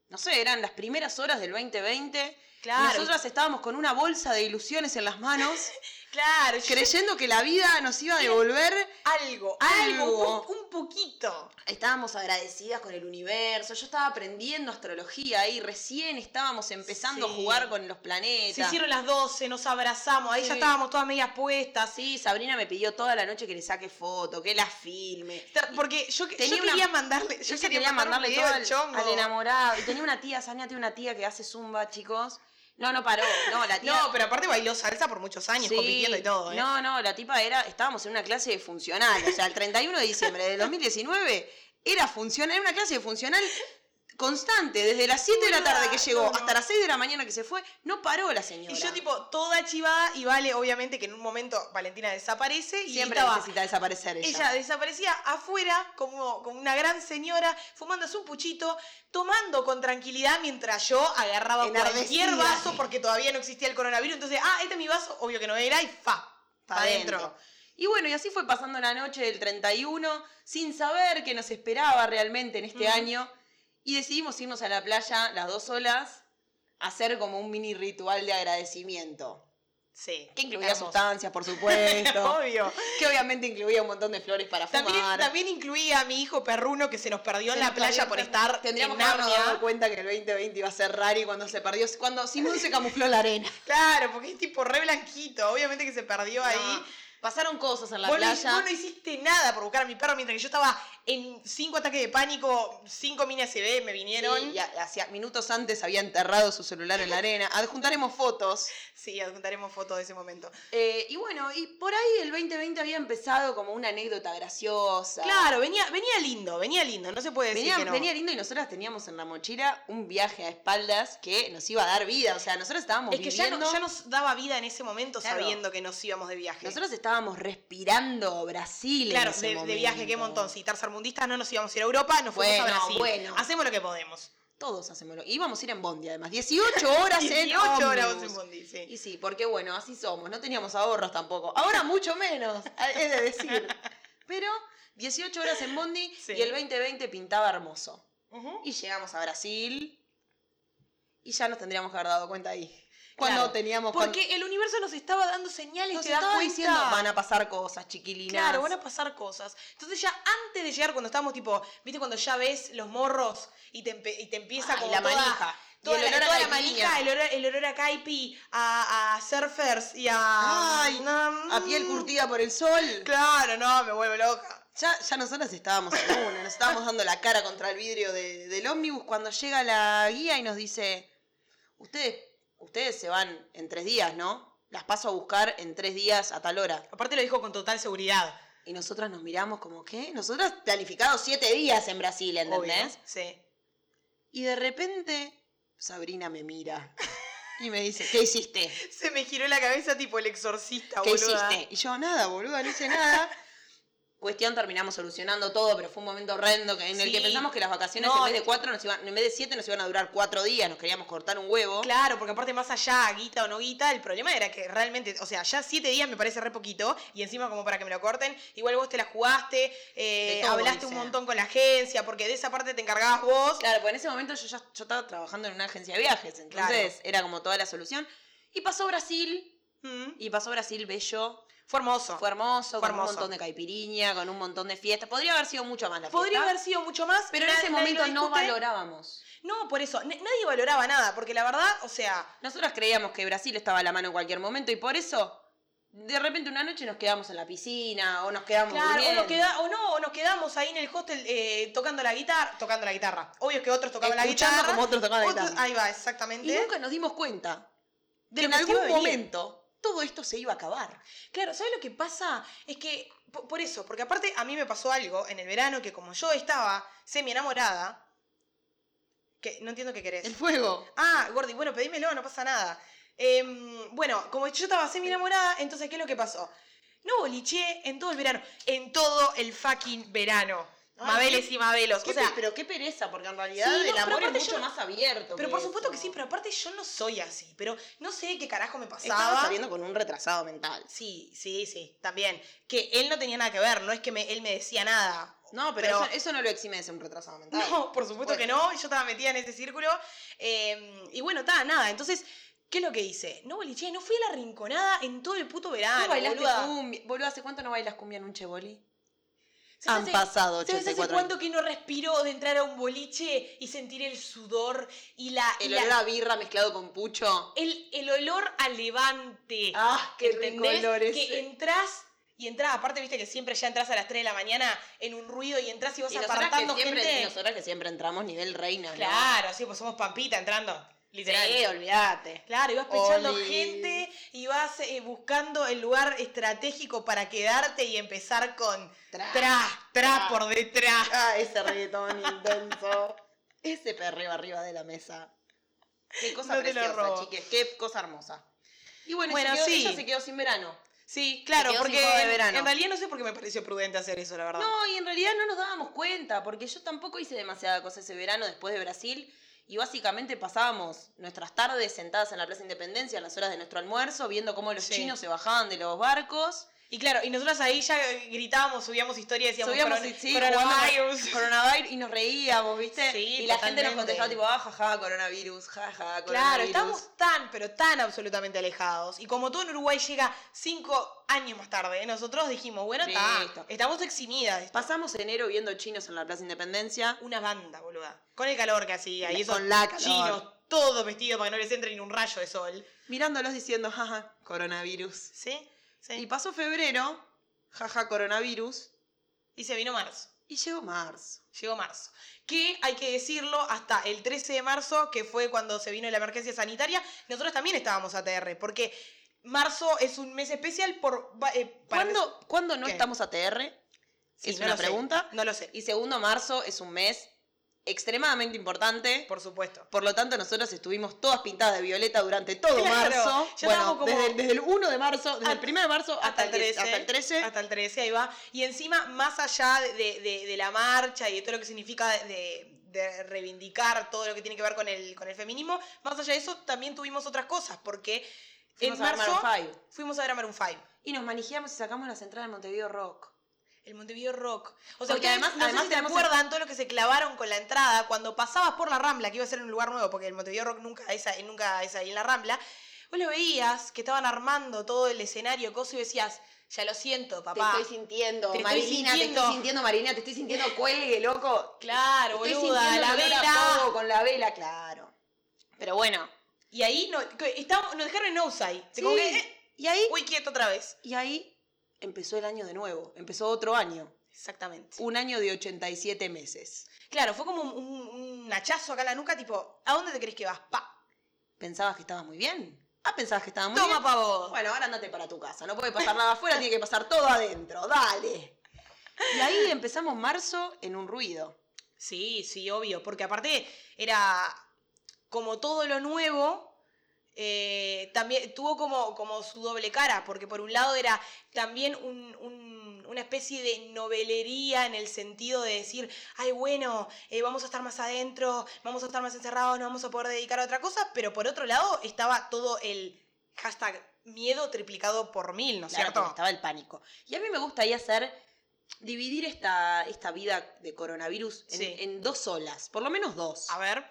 Speaker 3: no sé, eran las primeras horas del 2020.
Speaker 1: claro,
Speaker 3: Y nosotras estábamos con una bolsa de ilusiones en las manos,
Speaker 1: claro, yo-
Speaker 3: creyendo que la vida nos iba a devolver.
Speaker 1: algo, algo,
Speaker 3: Algo.
Speaker 1: un, un poquito.
Speaker 3: Estábamos agradecidas con el universo. Yo estaba aprendiendo astrología ahí, recién estábamos empezando
Speaker 1: Sí.
Speaker 3: a jugar con los planetas.
Speaker 1: Se hicieron las 12, nos abrazamos, ahí ya
Speaker 3: Sí.
Speaker 1: estábamos todas medias puestas.
Speaker 3: Sí, Sabrina me pidió toda la noche que le saque foto, que la filme.
Speaker 1: Ta- Porque yo, yo
Speaker 3: Tenía una-
Speaker 1: quería mandarle, yo,
Speaker 3: Yo quería mandarle todo
Speaker 1: todo
Speaker 3: al, al enamorado. Y tenía una tía, Sania tiene una tía que hace zumba, chicos. No, no paró. No, la tía.
Speaker 1: No, pero aparte bailó salsa por muchos años,
Speaker 3: Sí.
Speaker 1: compitiendo y todo. ¿eh?
Speaker 3: No, no, la tipa era, estábamos en una clase de funcional, o sea, el 31 de diciembre de 2019 era funcional, era una clase de funcional constante, desde las 7 de la
Speaker 1: Boluda,
Speaker 3: tarde que llegó
Speaker 1: no, no.
Speaker 3: hasta las 6 de la mañana que se fue, no paró la señora.
Speaker 1: Y yo tipo, toda chivada, y vale, obviamente que en un momento Valentina desaparece y
Speaker 3: siempre
Speaker 1: estaba
Speaker 3: necesita desaparecer ella.
Speaker 1: Ella desaparecía afuera como, como una gran señora, fumándose un puchito, tomando con tranquilidad mientras yo agarraba
Speaker 3: Enardecida.
Speaker 1: cualquier vaso porque todavía no existía el coronavirus. Entonces, ah, este es mi vaso, obvio que no era, y fa,
Speaker 3: Pa'
Speaker 1: pa' adentro.
Speaker 3: dentro. Y bueno, y así fue pasando la noche del 31, sin saber qué nos esperaba realmente en este
Speaker 1: Mm.
Speaker 3: año. Y decidimos irnos a la playa las dos solas, a hacer como un mini ritual de agradecimiento.
Speaker 1: Sí.
Speaker 3: Que incluía
Speaker 1: hermoso.
Speaker 3: sustancias, por supuesto.
Speaker 1: Obvio.
Speaker 3: que obviamente incluía un montón de flores para
Speaker 1: También,
Speaker 3: fumar.
Speaker 1: también incluía a mi hijo perruno que se nos perdió
Speaker 3: Se
Speaker 1: en la
Speaker 3: nos
Speaker 1: playa
Speaker 3: perdió-
Speaker 1: por estar
Speaker 3: Tendríamos
Speaker 1: en
Speaker 3: que habernos
Speaker 1: Narnia.
Speaker 3: dado cuenta que el 2020 iba a ser raro y cuando se perdió, cuando Simón se camufló la arena.
Speaker 1: Claro, porque es tipo re blanquito. Obviamente que se perdió ahí.
Speaker 3: No, Pasaron cosas en la
Speaker 1: vos, no-
Speaker 3: playa.
Speaker 1: vos no hiciste nada por buscar a mi perro mientras que yo estaba en cinco ataques de pánico, cinco minas CB me vinieron.
Speaker 3: Sí, y a- hacia minutos antes había enterrado su celular en la arena. Adjuntaremos fotos.
Speaker 1: Sí, adjuntaremos fotos de ese momento.
Speaker 3: Eh, y bueno, y por ahí el 2020 había empezado como una anécdota graciosa.
Speaker 1: Claro, venía, venía lindo, venía lindo, no se puede decir
Speaker 3: Venía,
Speaker 1: que no.
Speaker 3: venía lindo y nosotras teníamos en la mochila un viaje a espaldas que nos iba a dar vida. O sea, nosotros estábamos
Speaker 1: es que ya,
Speaker 3: viviendo.
Speaker 1: no- ya nos daba vida en ese momento
Speaker 3: Claro.
Speaker 1: sabiendo que nos íbamos de viaje.
Speaker 3: Nosotros estábamos respirando Brasil. en
Speaker 1: Claro,
Speaker 3: ese
Speaker 1: de, de viaje, qué
Speaker 3: momento.
Speaker 1: montón. Si tercermundistas no nos íbamos a ir a Europa, nos fuimos
Speaker 3: Bueno,
Speaker 1: a Brasil.
Speaker 3: bueno.
Speaker 1: Hacemos lo que podemos.
Speaker 3: Todos hacemos lo. Íbamos a ir en Bondi, además. 18 horas
Speaker 1: 18 horas vos en
Speaker 3: ómnibus.
Speaker 1: Bondi, sí.
Speaker 3: Y sí, porque bueno, así somos, no teníamos ahorros tampoco. Ahora mucho menos, he de decir. Pero 18 horas en Bondi
Speaker 1: Sí.
Speaker 3: y el 2020 pintaba hermoso.
Speaker 1: Ujú.
Speaker 3: Y llegamos a Brasil y ya nos tendríamos que haber dado cuenta ahí. Cuando
Speaker 1: Claro.
Speaker 3: teníamos... cuando-
Speaker 1: Porque el universo nos estaba dando señales,
Speaker 3: nos
Speaker 1: te das
Speaker 3: estaba
Speaker 1: cuenta.
Speaker 3: diciendo, van a pasar cosas, chiquilinas.
Speaker 1: Claro, van a pasar cosas. Entonces ya antes de llegar, cuando estábamos tipo, viste cuando ya ves los morros y te, empe- y te empieza
Speaker 3: Ay,
Speaker 1: como
Speaker 3: la
Speaker 1: toda,
Speaker 3: manija. Y
Speaker 1: toda
Speaker 3: el
Speaker 1: la,
Speaker 3: olor a
Speaker 1: toda la
Speaker 3: caipirinha.
Speaker 1: manija, el olor, el olor a caipi, a, a surfers y a...
Speaker 3: Ay,
Speaker 1: Mm,
Speaker 3: A piel curtida por el sol.
Speaker 1: Claro, no, me vuelvo loca.
Speaker 3: Ya, ya nosotras estábamos en una, nos estábamos dando la cara contra el vidrio de- del ómnibus cuando llega la guía y nos dice, ustedes, ustedes se van en tres días, ¿no? Las paso a buscar en tres días a tal hora.
Speaker 1: Aparte lo dijo con total seguridad.
Speaker 3: Y nosotras nos miramos como, ¿qué? Nosotras planificados siete días en Brasil, ¿entendés?
Speaker 1: obvio. Sí.
Speaker 3: Y de repente Sabrina me mira y me dice, ¿qué hiciste?
Speaker 1: Se me giró la cabeza tipo el exorcista,
Speaker 3: ¿Qué
Speaker 1: boluda.
Speaker 3: hiciste? Y yo, nada, boluda, no hice nada. Cuestión, terminamos solucionando todo, pero fue un momento horrendo que- en el
Speaker 1: Sí.
Speaker 3: que pensamos que las vacaciones
Speaker 1: No,
Speaker 3: en vez de cuatro, nos iban, en vez de siete nos iban a durar cuatro días, nos queríamos cortar un huevo.
Speaker 1: Claro, porque aparte más allá, guita o no guita, el problema era que realmente, o sea, ya siete días me parece re poquito, y encima como para que me lo corten, igual vos te la jugaste, eh,
Speaker 3: De todo,
Speaker 1: hablaste
Speaker 3: dice.
Speaker 1: un montón con la agencia, porque de esa parte te encargabas vos.
Speaker 3: Claro, porque en ese momento yo ya yo estaba trabajando en una agencia de viajes, entonces era como toda la solución. Y pasó Brasil,
Speaker 1: Mm.
Speaker 3: y pasó Brasil bello,
Speaker 1: Fue hermoso.
Speaker 3: fue
Speaker 1: Fue
Speaker 3: hermoso, con
Speaker 1: hermoso.
Speaker 3: un montón de caipiriña, con un montón de fiestas. Podría haber sido mucho más la fiesta.
Speaker 1: Podría haber sido mucho más,
Speaker 3: pero en
Speaker 1: na-
Speaker 3: ese
Speaker 1: nadie lo
Speaker 3: momento no
Speaker 1: discute.
Speaker 3: valorábamos.
Speaker 1: No, por eso, na- nadie valoraba nada, porque la verdad, o sea,
Speaker 3: Nosotras creíamos que Brasil estaba a la mano en cualquier momento y por eso de repente una noche nos quedamos en la piscina o nos quedamos
Speaker 1: claro, o,
Speaker 3: durmiendo.
Speaker 1: nos queda, o no, o nos quedamos ahí en el hostel eh, tocando la guitarra, tocando la guitarra. Obvio es que otros tocaban la
Speaker 3: Escuchando
Speaker 1: guitarra.
Speaker 3: como otros tocaban la
Speaker 1: Otros-
Speaker 3: guitarra.
Speaker 1: Ahí va, exactamente.
Speaker 3: Y nunca nos dimos cuenta
Speaker 1: De
Speaker 3: que
Speaker 1: lo
Speaker 3: en
Speaker 1: que se iba a
Speaker 3: algún
Speaker 1: venir.
Speaker 3: momento todo esto se iba a acabar.
Speaker 1: Claro, ¿sabes lo que pasa? Es que, po- por, eso, porque aparte a mí me pasó algo en el verano que como yo estaba semi enamorada, que no entiendo qué querés.
Speaker 3: fuego.
Speaker 1: Ah, Gordi, bueno, pedímelo, no pasa nada. Em, bueno, como yo estaba semi enamorada, entonces, ¿qué es lo que pasó? No boliché en todo el verano, en todo el fucking verano.
Speaker 3: Ay,
Speaker 1: Mabeles
Speaker 3: qué-
Speaker 1: y Mabelos. O sea,
Speaker 3: pero qué pereza, porque en realidad
Speaker 1: Sí, no,
Speaker 3: el
Speaker 1: pero
Speaker 3: amor es
Speaker 1: aparte
Speaker 3: mucho
Speaker 1: yo-
Speaker 3: más abierto.
Speaker 1: pero por supuesto
Speaker 3: eso.
Speaker 1: que sí, pero aparte yo no soy así, pero no sé qué carajo me
Speaker 3: Estaba
Speaker 1: pasaba.
Speaker 3: saliendo con un retrasado mental.
Speaker 1: Sí, sí, sí, también. Que él no tenía nada que ver, no es que me- él me decía nada.
Speaker 3: No, pero,
Speaker 1: Pero-
Speaker 3: Eso, eso no lo exime de ser un retrasado mental.
Speaker 1: No, por supuesto que no, yo estaba metida en ese círculo. eh, y bueno, está, nada, entonces, ¿qué es lo que hice? No boliché, no fui a la rinconada en todo el puto verano.
Speaker 3: Ah, No bailaste
Speaker 1: boluda.
Speaker 3: cumbia. Boludo, ¿hace cuánto no bailas cumbia en un cheboli?
Speaker 1: ¿Sabes hace-
Speaker 3: pasado
Speaker 1: ¿Sabes hace cuánto que no respiro de entrar a un boliche y sentir el sudor y la. y
Speaker 3: El
Speaker 1: la-
Speaker 3: olor a birra mezclado con pucho.
Speaker 1: el, el olor al levante.
Speaker 3: ¡Ah,
Speaker 1: Eh, ¿Entendés? Que entras y entras, aparte, viste que siempre ya entras a las 3 de la mañana en un ruido y entras y vas
Speaker 3: Y nosotras que,
Speaker 1: apartando
Speaker 3: siempre,
Speaker 1: gente.
Speaker 3: y nosotras que siempre entramos nivel reina, ¿no?
Speaker 1: Claro, sí, pues somos Pampita entrando, literal.
Speaker 3: Sí, olvídate.
Speaker 1: Claro, y vas pinchando
Speaker 3: Oli.
Speaker 1: gente y vas eh, buscando el lugar estratégico para quedarte y empezar con
Speaker 3: Tra.
Speaker 1: tra, tra
Speaker 3: Tra.
Speaker 1: por detrás.
Speaker 3: Ah, ese reggaetón intenso. Ese perreo arriba de la mesa. Qué cosa
Speaker 1: No te lo
Speaker 3: preciosa,
Speaker 1: robo.
Speaker 3: chiques. Qué cosa hermosa. Y bueno, y
Speaker 1: Bueno,
Speaker 3: se quedó-
Speaker 1: sí.
Speaker 3: ella se quedó sin verano.
Speaker 1: Sí, claro,
Speaker 3: quedó sin
Speaker 1: porque
Speaker 3: juego de
Speaker 1: en-
Speaker 3: verano.
Speaker 1: en realidad no sé por qué me pareció prudente hacer eso, la verdad.
Speaker 3: No, y en realidad no nos dábamos cuenta, porque yo tampoco hice demasiada cosa ese verano después de Brasil. Y básicamente pasábamos nuestras tardes sentadas en la Plaza Independencia a las horas de nuestro almuerzo, viendo cómo los
Speaker 1: Sí.
Speaker 3: chinos se bajaban de los barcos.
Speaker 1: Y claro, y nosotras ahí ya gritábamos, subíamos historias, decíamos
Speaker 3: Subíamos
Speaker 1: coron-
Speaker 3: y- sí,
Speaker 1: coronavirus.
Speaker 3: jugando con- coronavirus y nos reíamos, ¿viste?
Speaker 1: Sí,
Speaker 3: y la gente nos
Speaker 1: totalmente.
Speaker 3: contestaba tipo, ah, jaja, coronavirus, jaja, coronavirus.
Speaker 1: Claro, estamos tan, pero tan absolutamente alejados. Y como todo en Uruguay llega cinco años más tarde, ¿eh? nosotros dijimos, bueno, está,
Speaker 3: Listo.
Speaker 1: estamos eximidas de esto.
Speaker 3: Pasamos enero viendo chinos en la Plaza Independencia.
Speaker 1: una banda, boluda. Con el calor que hacía y
Speaker 3: La-
Speaker 1: esos
Speaker 3: con la calor.
Speaker 1: chinos, todos vestidos para que no les entre ni un rayo de sol.
Speaker 3: Mirándolos diciendo, jaja, coronavirus.
Speaker 1: ¿Sí? Sí.
Speaker 3: Y pasó febrero, jaja, coronavirus.
Speaker 1: Y se vino marzo.
Speaker 3: Y llegó marzo.
Speaker 1: Llegó marzo. Que hay que decirlo, hasta el 13 de marzo, que fue cuando se vino la emergencia sanitaria, nosotros también estábamos ATR, porque marzo es un mes especial por. va- eh, para
Speaker 3: ¿Cuándo, ¿cuándo no
Speaker 1: ¿Qué?
Speaker 3: estamos ATR?
Speaker 1: Sí,
Speaker 3: es
Speaker 1: no
Speaker 3: una
Speaker 1: lo sé,
Speaker 3: pregunta.
Speaker 1: No lo sé.
Speaker 3: Y segundo, marzo es un mes extremadamente importante.
Speaker 1: Por supuesto.
Speaker 3: Por lo tanto, nosotros estuvimos todas pintadas de violeta durante todo
Speaker 1: Claro,
Speaker 3: marzo.
Speaker 1: ya
Speaker 3: bueno,
Speaker 1: estábamos como-
Speaker 3: desde, desde el 1 de marzo, desde
Speaker 1: Hasta-
Speaker 3: el 1 de marzo hasta,
Speaker 1: hasta el 13.
Speaker 3: 13. Hasta el 13.
Speaker 1: Hasta el 13, ahí va. Y encima, más allá de, de- de la marcha y de todo lo que significa de, de reivindicar todo lo que tiene que ver con el, con el feminismo, más allá de eso, también tuvimos otras cosas, porque
Speaker 3: fuimos
Speaker 1: en
Speaker 3: a ver
Speaker 1: marzo
Speaker 3: Maroon five.
Speaker 1: fuimos a ver a Maroon 5.
Speaker 3: Y nos manejamos y sacamos las entradas del Montevideo Rock.
Speaker 1: El Montevideo Rock. O sea,
Speaker 3: Porque
Speaker 1: ustedes,
Speaker 3: además-
Speaker 1: no sé
Speaker 3: además
Speaker 1: si se
Speaker 3: tenemos-
Speaker 1: acuerdan todo lo que se clavaron con la entrada cuando pasabas por la Rambla, que iba a ser un lugar nuevo, porque el Montevideo Rock nunca es, ahí- nunca es ahí en la Rambla. Vos lo veías, que estaban armando todo el escenario, coso, y decías, ya lo siento, papá.
Speaker 3: Te estoy sintiendo,
Speaker 1: Te estoy
Speaker 3: Marina, te
Speaker 1: sintiendo.
Speaker 3: estoy sintiendo, Marina, te estoy sintiendo, cuelgue, loco.
Speaker 1: Claro,
Speaker 3: Estoy
Speaker 1: boluda,
Speaker 3: sintiendo
Speaker 1: la
Speaker 3: el olor a
Speaker 1: vela.
Speaker 3: fuego con la vela, claro. Pero bueno.
Speaker 1: Y ahí no, que estábamos- nos dejaron en outside.
Speaker 3: sí,
Speaker 1: Como que, eh,
Speaker 3: y ahí
Speaker 1: uy, quieto otra vez.
Speaker 3: y ahí empezó el año de nuevo, empezó otro año,
Speaker 1: Exactamente.
Speaker 3: un año de 87 meses.
Speaker 1: Claro, fue como un, un- un hachazo acá en la nuca, tipo, ¿a dónde te crees que vas? Pa.
Speaker 3: ¿Pensabas que estabas muy bien? Ah, pensabas que estabas muy
Speaker 1: Toma pues.
Speaker 3: bien.
Speaker 1: pa vos.
Speaker 3: Bueno, ahora andate para tu casa, no puede pasar nada afuera, tiene que pasar todo adentro, dale. Y ahí empezamos marzo en un ruido.
Speaker 1: Sí, sí, obvio, porque aparte era como todo lo nuevo, eh, también tuvo como, como su doble cara, porque por un lado era también un- un- una especie de novelería en el sentido de decir, ay, bueno, eh, vamos a estar más adentro, vamos a estar más encerrados, nos vamos a poder dedicar a otra cosa, pero por otro lado estaba todo el hashtag miedo triplicado por mil, ¿no es
Speaker 3: Claro, porque
Speaker 1: cierto?
Speaker 3: Estaba el pánico. Y a mí me gustaría hacer, dividir esta, esta vida de coronavirus en,
Speaker 1: Sí.
Speaker 3: en dos olas, por lo menos dos.
Speaker 1: A ver,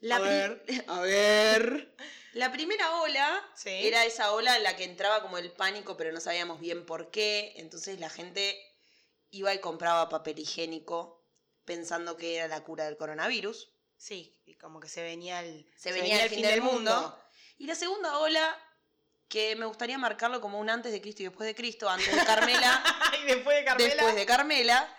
Speaker 3: La
Speaker 1: a
Speaker 3: pri-
Speaker 1: ver.
Speaker 3: a ver. La primera ola
Speaker 1: Sí.
Speaker 3: era esa ola en la que entraba como el pánico, pero no sabíamos bien por qué. Entonces la gente iba y compraba papel higiénico pensando que era la cura del coronavirus.
Speaker 1: sí, y como que se venía el,
Speaker 3: Se, venía, el fin, del mundo. Y la segunda ola, que me gustaría marcarlo como un antes de Cristo y después de Cristo, antes de Carmela.
Speaker 1: y después de Carmela.
Speaker 3: después de Carmela.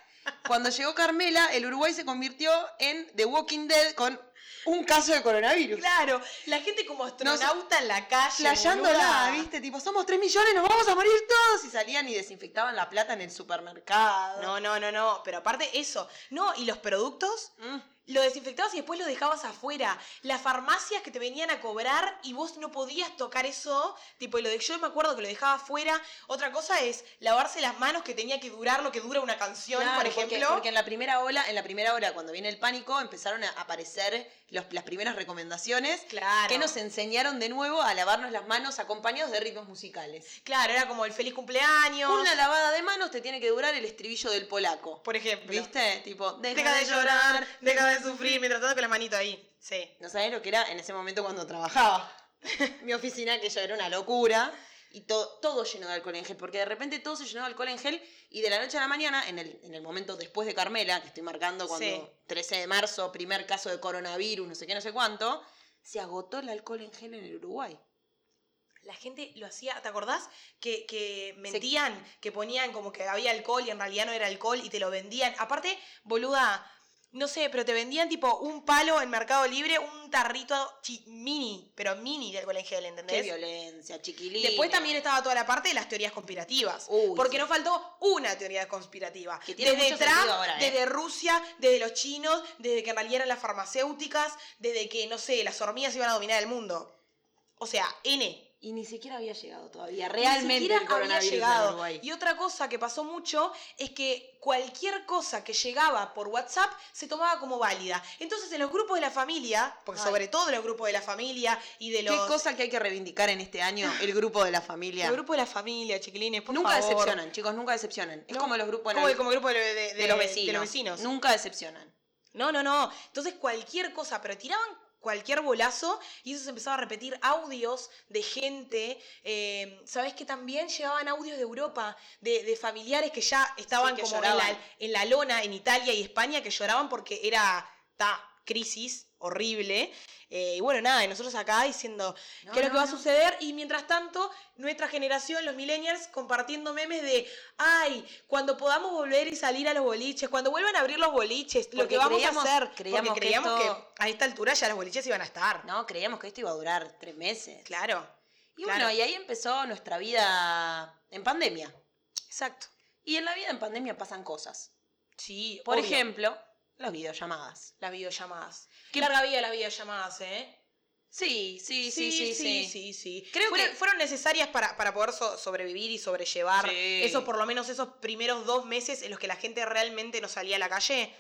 Speaker 3: Cuando llegó Carmela, el Uruguay se convirtió en The Walking Dead con un caso de coronavirus.
Speaker 1: Claro, la gente como astronauta en la calle.
Speaker 3: Flayándola,
Speaker 1: boluda.
Speaker 3: ¿viste? Tipo, somos 3 millones, nos vamos a morir todos. Y salían y desinfectaban la plata en el supermercado.
Speaker 1: No, no, no, no. Pero aparte eso. No, y los productos,
Speaker 3: Mm.
Speaker 1: lo desinfectabas y después lo dejabas afuera. Las farmacias que te venían a cobrar y vos no podías tocar eso. Tipo, y lo de, yo me acuerdo que lo dejaba afuera. Otra cosa es lavarse las manos que tenía que durar lo que dura una canción,
Speaker 3: Claro,
Speaker 1: por
Speaker 3: porque-
Speaker 1: ejemplo.
Speaker 3: Porque, en la primera ola, en la primera hora, cuando viene el pánico, empezaron a aparecer los- las primeras recomendaciones
Speaker 1: Claro.
Speaker 3: que nos enseñaron de nuevo a lavarnos las manos acompañados de ritmos musicales.
Speaker 1: Claro, era como el feliz cumpleaños.
Speaker 3: Una lavada de manos te tiene que durar el estribillo del polaco.
Speaker 1: Por ejemplo.
Speaker 3: ¿Viste? Tipo, deja,
Speaker 1: Deja de llorar, deja de sufrir, mientras tanto con la manito ahí. Sí.
Speaker 3: No sabés lo que era en ese momento cuando trabajaba. Mi oficina, que yo era una locura. Y to- todo lleno de alcohol en gel, porque de repente todo se llenó de alcohol en gel y de la noche a la mañana, en el, en el momento después de Carmela, que estoy marcando cuando
Speaker 1: Sí.
Speaker 3: 13 de marzo, primer caso de coronavirus, no sé qué, no sé cuánto, se agotó el alcohol en gel en el Uruguay.
Speaker 1: La gente lo hacía, ¿te acordás? Que, que mentían, que ponían como que había alcohol y en realidad no era alcohol y te lo vendían. Aparte, boluda, no sé, pero te vendían tipo un palo en Mercado Libre, un tarrito chi- mini, pero mini de alcohol en gel,
Speaker 3: Qué
Speaker 1: ¿entendés?
Speaker 3: violencia, chiquilín.
Speaker 1: Después también estaba toda la parte de las teorías conspirativas.
Speaker 3: Uy,
Speaker 1: porque
Speaker 3: sí.
Speaker 1: no faltó una teoría conspirativa.
Speaker 3: Que tiene
Speaker 1: desde
Speaker 3: mucho
Speaker 1: Trump,
Speaker 3: sentido ahora, ¿eh?
Speaker 1: desde Rusia, desde los chinos, desde que en realidad eran las farmacéuticas, desde que, no sé, las hormigas iban a dominar el mundo. O sea, N.
Speaker 3: Y ni siquiera había llegado todavía,
Speaker 1: Ni
Speaker 3: realmente
Speaker 1: siquiera
Speaker 3: el coronavirus
Speaker 1: había
Speaker 3: en
Speaker 1: llegado.
Speaker 3: Uruguay.
Speaker 1: Y otra cosa que pasó mucho es que cualquier cosa que llegaba por WhatsApp se tomaba como válida. Entonces en los grupos de la familia, porque
Speaker 3: Ay.
Speaker 1: sobre todo en los grupos de la familia y de los...
Speaker 3: Qué cosa que hay que reivindicar en este año, el grupo de la familia.
Speaker 1: El grupo de la familia, chiquilines, por
Speaker 3: nunca
Speaker 1: favor.
Speaker 3: decepcionan, chicos, nunca decepcionan. Es
Speaker 1: No,
Speaker 3: como los grupos
Speaker 1: Como,
Speaker 3: de,
Speaker 1: como grupo de, de- de-
Speaker 3: de los vecinos.
Speaker 1: de los vecinos.
Speaker 3: Nunca decepcionan.
Speaker 1: No, no, no. Entonces cualquier cosa, pero tiraban cualquier bolazo y eso se empezaba a repetir audios de gente. eh, Sabes que también llegaban audios de Europa, de, de familiares que ya estaban
Speaker 3: que
Speaker 1: como en
Speaker 3: lloraban.
Speaker 1: la, en la lona en Italia y España que lloraban porque era ta crisis horrible. Eh, y bueno, nada, y nosotros acá diciendo
Speaker 3: No,
Speaker 1: qué es lo
Speaker 3: no,
Speaker 1: que va a
Speaker 3: no.
Speaker 1: suceder y mientras tanto nuestra generación, los millennials, compartiendo memes de, ay, cuando podamos volver y salir a los boliches, cuando vuelvan a abrir los boliches, lo
Speaker 3: Porque
Speaker 1: que vamos
Speaker 3: creíamos-
Speaker 1: a hacer,
Speaker 3: creíamos
Speaker 1: porque
Speaker 3: que
Speaker 1: creíamos que,
Speaker 3: esto-
Speaker 1: a esta altura ya los boliches iban a estar.
Speaker 3: No, creíamos que esto iba a durar tres meses.
Speaker 1: Claro,
Speaker 3: y
Speaker 1: claro.
Speaker 3: bueno, y ahí empezó nuestra vida en pandemia.
Speaker 1: exacto.
Speaker 3: Y en la vida en pandemia pasan cosas.
Speaker 1: Sí,
Speaker 3: Por
Speaker 1: obvio.
Speaker 3: ejemplo, Las videollamadas.
Speaker 1: Las videollamadas. Qué larga vida las videollamadas, ¿eh?
Speaker 3: Sí, sí, sí, sí, sí.
Speaker 1: sí, sí. Creo
Speaker 3: Fueron-
Speaker 1: que fueron necesarias para, para poder so- sobrevivir y sobrellevar
Speaker 3: Sí.
Speaker 1: esos, por lo menos esos primeros dos meses en los que la gente realmente no salía a la calle.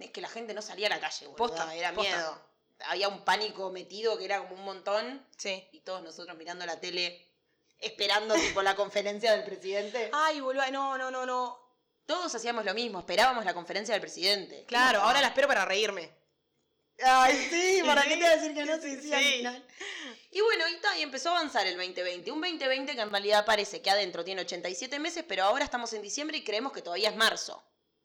Speaker 3: Es que la gente no salía a la calle, boludo.
Speaker 1: Posta,
Speaker 3: era
Speaker 1: posta.
Speaker 3: miedo. Había un pánico metido que era como un montón.
Speaker 1: Sí.
Speaker 3: Y todos nosotros mirando la tele, esperando tipo la conferencia del presidente.
Speaker 1: Ay, boludo, no, no, no, no.
Speaker 3: Todos hacíamos lo mismo, esperábamos la conferencia del presidente. Ah.
Speaker 1: Claro,
Speaker 3: No.
Speaker 1: ahora la espero para reírme.
Speaker 3: Ay, sí, ¿para qué te iba a decir que no
Speaker 1: Sí,
Speaker 3: se decía al
Speaker 1: sí.
Speaker 3: final? Y bueno, y, ta, y empezó a avanzar el 2020. Un 2020 que en realidad parece que adentro tiene 87 meses, pero ahora estamos en diciembre y creemos que todavía es marzo.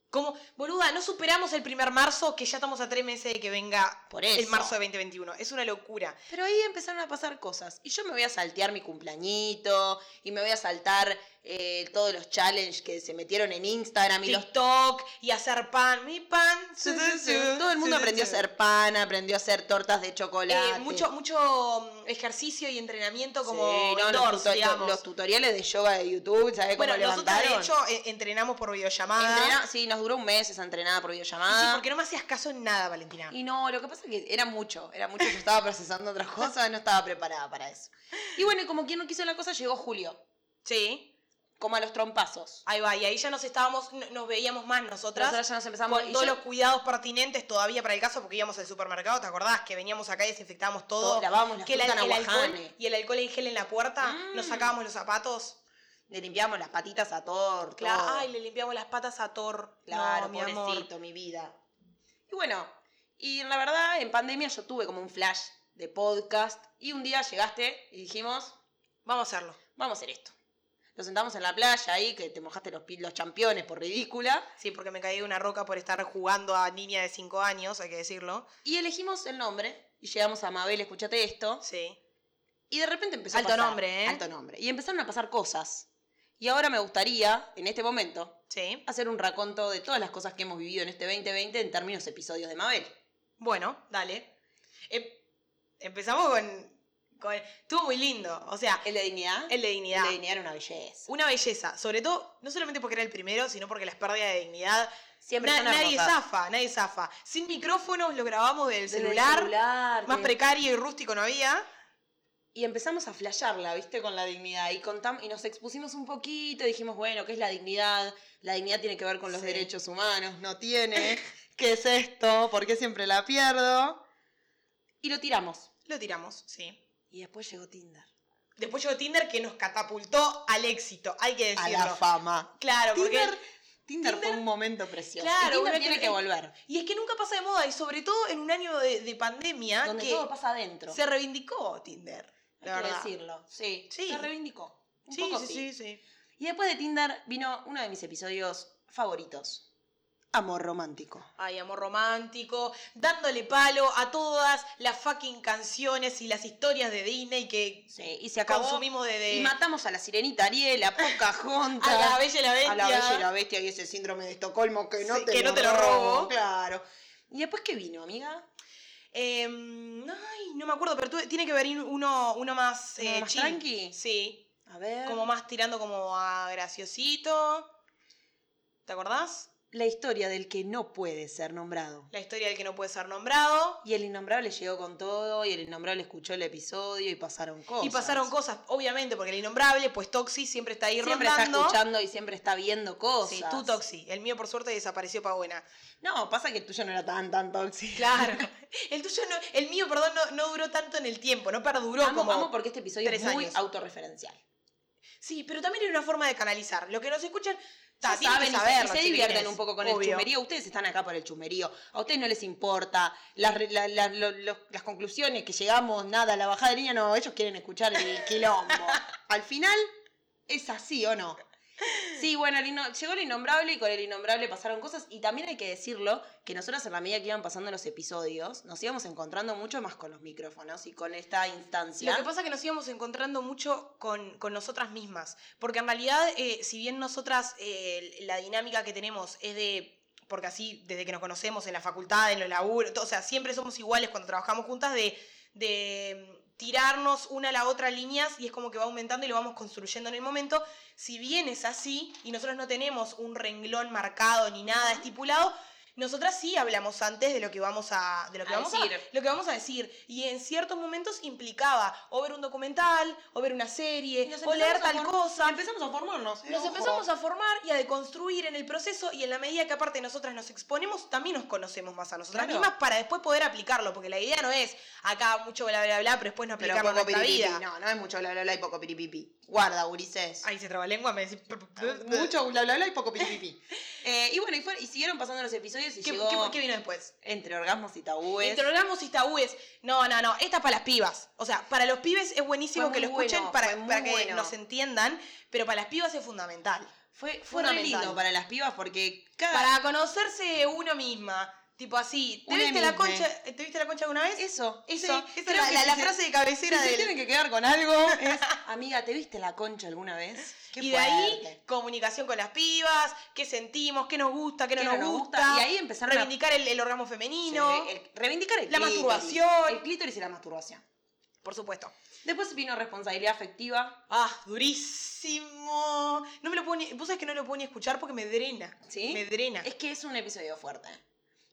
Speaker 1: Como, boluda, no superamos el primer marzo que ya estamos a tres meses de que venga
Speaker 3: Por eso.
Speaker 1: el marzo de 2021. Es una locura.
Speaker 3: Pero ahí empezaron a pasar cosas. Y yo me voy a saltear mi cumpleañito, y me voy a saltar eh, todos los challenges que se metieron en Instagram y los...
Speaker 1: TikTok y hacer pan. Mi pan. su, su, su,
Speaker 3: Todo el mundo
Speaker 1: su, su,
Speaker 3: aprendió a
Speaker 1: su.
Speaker 3: hacer pan, aprendió a hacer tortas de
Speaker 1: Eh,
Speaker 3: chocolate.
Speaker 1: mucho, mucho mm, ejercicio y entrenamiento como
Speaker 3: Sí, no,
Speaker 1: indoors,
Speaker 3: los, tuto-
Speaker 1: digamos.
Speaker 3: los tutoriales de yoga de YouTube, ¿sabes
Speaker 1: bueno,
Speaker 3: cómo
Speaker 1: nosotros
Speaker 3: levantaron?
Speaker 1: de hecho eh, entrenamos por videollamada.
Speaker 3: Entrena- sí, nos duró un mes esa entrenada por
Speaker 1: Sí,
Speaker 3: videollamada.
Speaker 1: porque no me hacías caso en nada, Valentina.
Speaker 3: Y no, lo que pasa es que era mucho, era mucho. Yo estaba procesando otras cosas, no estaba preparada para eso. Y bueno, y como quien no quiso la cosa, llegó Julio,
Speaker 1: Sí.
Speaker 3: como a los trompazos.
Speaker 1: Ahí va, y ahí ya nos estábamos, no- nos veíamos más nosotras.
Speaker 3: Nosotras ya nos empezamos
Speaker 1: con
Speaker 3: y
Speaker 1: todos
Speaker 3: yo-
Speaker 1: los cuidados pertinentes todavía para el caso, porque íbamos al supermercado, ¿te acordás? Que veníamos acá y desinfectábamos todo.
Speaker 3: Todo, lavábamos la
Speaker 1: que el,
Speaker 3: fruta en
Speaker 1: el alcohol
Speaker 3: aguajane.
Speaker 1: y el alcohol en gel en la puerta,
Speaker 3: Mm.
Speaker 1: nos sacábamos los zapatos.
Speaker 3: Le limpiamos las patitas a Thor,
Speaker 1: Claro,
Speaker 3: todo.
Speaker 1: ay, le limpiamos las patas a Thor. No,
Speaker 3: Claro,
Speaker 1: mi amor.
Speaker 3: pobrecito, mi vida. Y bueno, y la verdad, en pandemia yo tuve como un flash de podcast. Y un día llegaste y dijimos,
Speaker 1: Vamos a hacerlo.
Speaker 3: vamos a hacer esto. Nos sentamos en la playa ahí, que te mojaste los, pi- los championes por ridícula.
Speaker 1: Sí, porque me caí de una roca por estar jugando a niña de 5 años, hay que decirlo.
Speaker 3: Y elegimos el nombre. Y llegamos a Mabel, escúchate esto.
Speaker 1: Sí.
Speaker 3: Y de repente empezó
Speaker 1: Alto
Speaker 3: a pasar.
Speaker 1: nombre, ¿eh?
Speaker 3: Alto nombre. Y empezaron a pasar cosas. Y ahora me gustaría, en este momento,
Speaker 1: Sí.
Speaker 3: hacer un raconto de todas las cosas que hemos vivido en este 2020 en términos episodios de Mabel.
Speaker 1: Bueno, dale. Em- empezamos con, con- Estuvo muy lindo. O sea,
Speaker 3: El de dignidad.
Speaker 1: el de dignidad.
Speaker 3: El de dignidad era una belleza.
Speaker 1: Una belleza. Sobre todo, no solamente porque era el primero, sino porque las pérdidas de dignidad.
Speaker 3: Siempre
Speaker 1: na-
Speaker 3: son
Speaker 1: nadie
Speaker 3: hermosas.
Speaker 1: zafa, nadie zafa. Sin micrófonos lo grabamos del
Speaker 3: Desde el
Speaker 1: celular.
Speaker 3: celular,
Speaker 1: Más
Speaker 3: de-
Speaker 1: precario y rústico no había.
Speaker 3: Y empezamos a flashearla, ¿viste? Con la dignidad. Y, contam- y nos expusimos un poquito. Dijimos, bueno, ¿qué es la dignidad? La dignidad tiene que ver con los
Speaker 1: Sí.
Speaker 3: derechos humanos. No tiene. ¿Qué es esto? ¿Por qué siempre la pierdo? Y lo tiramos.
Speaker 1: Lo tiramos, sí.
Speaker 3: Y después llegó Tinder.
Speaker 1: Después llegó Tinder que nos catapultó al éxito, hay que
Speaker 3: A
Speaker 1: decirlo.
Speaker 3: la fama.
Speaker 1: Claro, porque.
Speaker 3: Tinder, Tinder fue
Speaker 1: Tinder-
Speaker 3: un momento precioso.
Speaker 1: Claro,
Speaker 3: Y Tinder
Speaker 1: una
Speaker 3: tiene
Speaker 1: que-
Speaker 3: que volver.
Speaker 1: Y es que nunca pasa de moda, y sobre todo en un año de, de pandemia
Speaker 3: Donde
Speaker 1: Ah, que
Speaker 3: todo pasa adentro.
Speaker 1: se reivindicó Tinder. La
Speaker 3: hay que
Speaker 1: verdad.
Speaker 3: decirlo. Sí,
Speaker 1: Sí.
Speaker 3: Se reivindicó. Un
Speaker 1: Sí,
Speaker 3: poco
Speaker 1: sí,
Speaker 3: sí.
Speaker 1: sí, sí.
Speaker 3: Y después de Tinder vino uno de mis episodios favoritos. Amor romántico.
Speaker 1: Ay, amor romántico, dándole palo a todas las fucking canciones y las historias de Disney que
Speaker 3: Sí, y se acabó.
Speaker 1: consumimos desde.
Speaker 3: Y matamos a la sirenita Ariel, a Pocahontas.
Speaker 1: a la Bella y la Bestia.
Speaker 3: a la bella y la bestia y ese síndrome de Estocolmo que no,
Speaker 1: Sí,
Speaker 3: te,
Speaker 1: que
Speaker 3: lo
Speaker 1: no te lo robo.
Speaker 3: Claro. ¿Y después qué vino, amiga?
Speaker 1: Em, ay, no me acuerdo, pero tuve- tiene que venir uno, uno más,
Speaker 3: ¿Uno
Speaker 1: eh,
Speaker 3: más
Speaker 1: chill.
Speaker 3: tranqui?
Speaker 1: Sí.
Speaker 3: A ver.
Speaker 1: Como más tirando como a graciosito. ¿Te acordás?
Speaker 3: La historia del que no puede ser nombrado.
Speaker 1: La historia del que no puede ser nombrado.
Speaker 3: Y el innombrable llegó con todo, y el innombrable escuchó el episodio y pasaron cosas.
Speaker 1: Y pasaron cosas, obviamente, porque el innombrable, pues Toxi siempre está ahí
Speaker 3: Siempre está
Speaker 1: rondando.
Speaker 3: escuchando y siempre está viendo cosas.
Speaker 1: Sí, tú Toxi. El mío, por suerte, desapareció para buena.
Speaker 3: No, pasa que el tuyo no era tan, tan tóxico.
Speaker 1: Claro. el tuyo no, el mío, perdón, no, no duró tanto en el tiempo, no perduró
Speaker 3: Amo,
Speaker 1: como.
Speaker 3: amo porque este episodio es
Speaker 1: tres
Speaker 3: muy
Speaker 1: años.
Speaker 3: autorreferencial.
Speaker 1: Sí, pero también era una forma de canalizar. Lo que nos escuchan, ta,
Speaker 3: Ya
Speaker 1: tienen que
Speaker 3: saben y se-
Speaker 1: saberlo,
Speaker 3: y se,
Speaker 1: chiquilines.
Speaker 3: divierten un poco con el
Speaker 1: Obvio.
Speaker 3: chumerío. Ustedes están acá por el chumerío. A ustedes no les importa. Las, re- la- la- lo- los- las conclusiones que llegamos, nada, la bajada de línea, no. Ellos quieren escuchar el quilombo. Al final, ¿es así o no? Sí, bueno, el inno- llegó el innombrable y con el innombrable pasaron cosas. Y también hay que decirlo que nosotras, en la medida que iban pasando los episodios, nos íbamos encontrando mucho más con los micrófonos y con esta instancia.
Speaker 1: Lo que pasa es que nos íbamos encontrando mucho con, con nosotras mismas, porque en realidad, eh, si bien nosotras eh, la dinámica que tenemos es de, porque así desde que nos conocemos en la facultad, en los laburos, to- o sea, siempre somos iguales cuando trabajamos juntas de, de mm, tirarnos una a la otra líneas y es como que va aumentando y lo vamos construyendo en el momento, si bien es así y nosotros no tenemos un renglón marcado ni nada estipulado, Nosotras sí hablamos antes de lo que vamos a, de lo que
Speaker 3: A
Speaker 1: vamos
Speaker 3: decir.
Speaker 1: A, lo que vamos a decir. Y en ciertos momentos implicaba o ver un documental, o ver una serie,
Speaker 3: Nos
Speaker 1: o leer
Speaker 3: empezamos a
Speaker 1: tal
Speaker 3: form-
Speaker 1: cosa.
Speaker 3: Empezamos a formarnos. eh,
Speaker 1: Nos
Speaker 3: ojo.
Speaker 1: empezamos a formar y a deconstruir en el proceso y en la medida que aparte nosotras nos exponemos, también nos conocemos más a nosotras
Speaker 3: Claro.
Speaker 1: mismas para después poder aplicarlo, porque la idea no es acá mucho bla bla bla, pero después no
Speaker 3: Pero
Speaker 1: aplicarlo en
Speaker 3: poco
Speaker 1: nuestra
Speaker 3: piripipi.
Speaker 1: vida.
Speaker 3: No, no es mucho bla bla bla y poco piripipi. Guarda, Ulises.
Speaker 1: Ahí se traba lengua, me decís...
Speaker 3: Mucho bla bla bla y poco piripipi. Eh, y bueno, y, fue- y siguieron pasando los episodios y
Speaker 1: ¿Qué,
Speaker 3: llegó Pues-
Speaker 1: qué- qué vino después?
Speaker 3: entre orgasmos y tabúes.
Speaker 1: Entre orgasmos y tabúes. No, no, no. Esta es para las pibas. O sea, para los pibes es buenísimo
Speaker 3: Fue
Speaker 1: que lo
Speaker 3: muy
Speaker 1: escuchen
Speaker 3: bueno, fue
Speaker 1: para,
Speaker 3: muy
Speaker 1: para que
Speaker 3: bueno.
Speaker 1: nos entiendan, pero para las pibas es fundamental.
Speaker 3: Fue, fue re
Speaker 1: Fundamental.
Speaker 3: lindo para las pibas porque cada.
Speaker 1: Para conocerse uno misma. Tipo así, ¿te
Speaker 3: Una
Speaker 1: viste, la
Speaker 3: misma. eh.
Speaker 1: concha, ¿te viste la concha alguna vez?
Speaker 3: Eso,
Speaker 1: Eso,
Speaker 3: sí,
Speaker 1: esa
Speaker 3: creo
Speaker 1: es
Speaker 3: que
Speaker 1: la,
Speaker 3: si
Speaker 1: la
Speaker 3: se-
Speaker 1: frase de cabecera
Speaker 3: si se
Speaker 1: del-
Speaker 3: tienen que quedar con algo es, amiga, ¿te viste la concha alguna vez? Qué
Speaker 1: Y de ahí,
Speaker 3: fuerte.
Speaker 1: comunicación con las pibas, qué sentimos, qué nos gusta, qué no,
Speaker 3: ¿Qué
Speaker 1: nos, gusta,
Speaker 3: Y ahí empezaron a
Speaker 1: reivindicar el, el orgasmo femenino,
Speaker 3: Sí, el- reivindicar el
Speaker 1: la
Speaker 3: clítoris.
Speaker 1: masturbación.
Speaker 3: El clítoris y la masturbación.
Speaker 1: por supuesto.
Speaker 3: Después vino responsabilidad afectiva.
Speaker 1: Ah, durísimo. No me lo puedo ni, vos sabés que no lo puedo ni escuchar porque me drena.
Speaker 3: ¿Sí?
Speaker 1: Me drena.
Speaker 3: Es que es un episodio fuerte.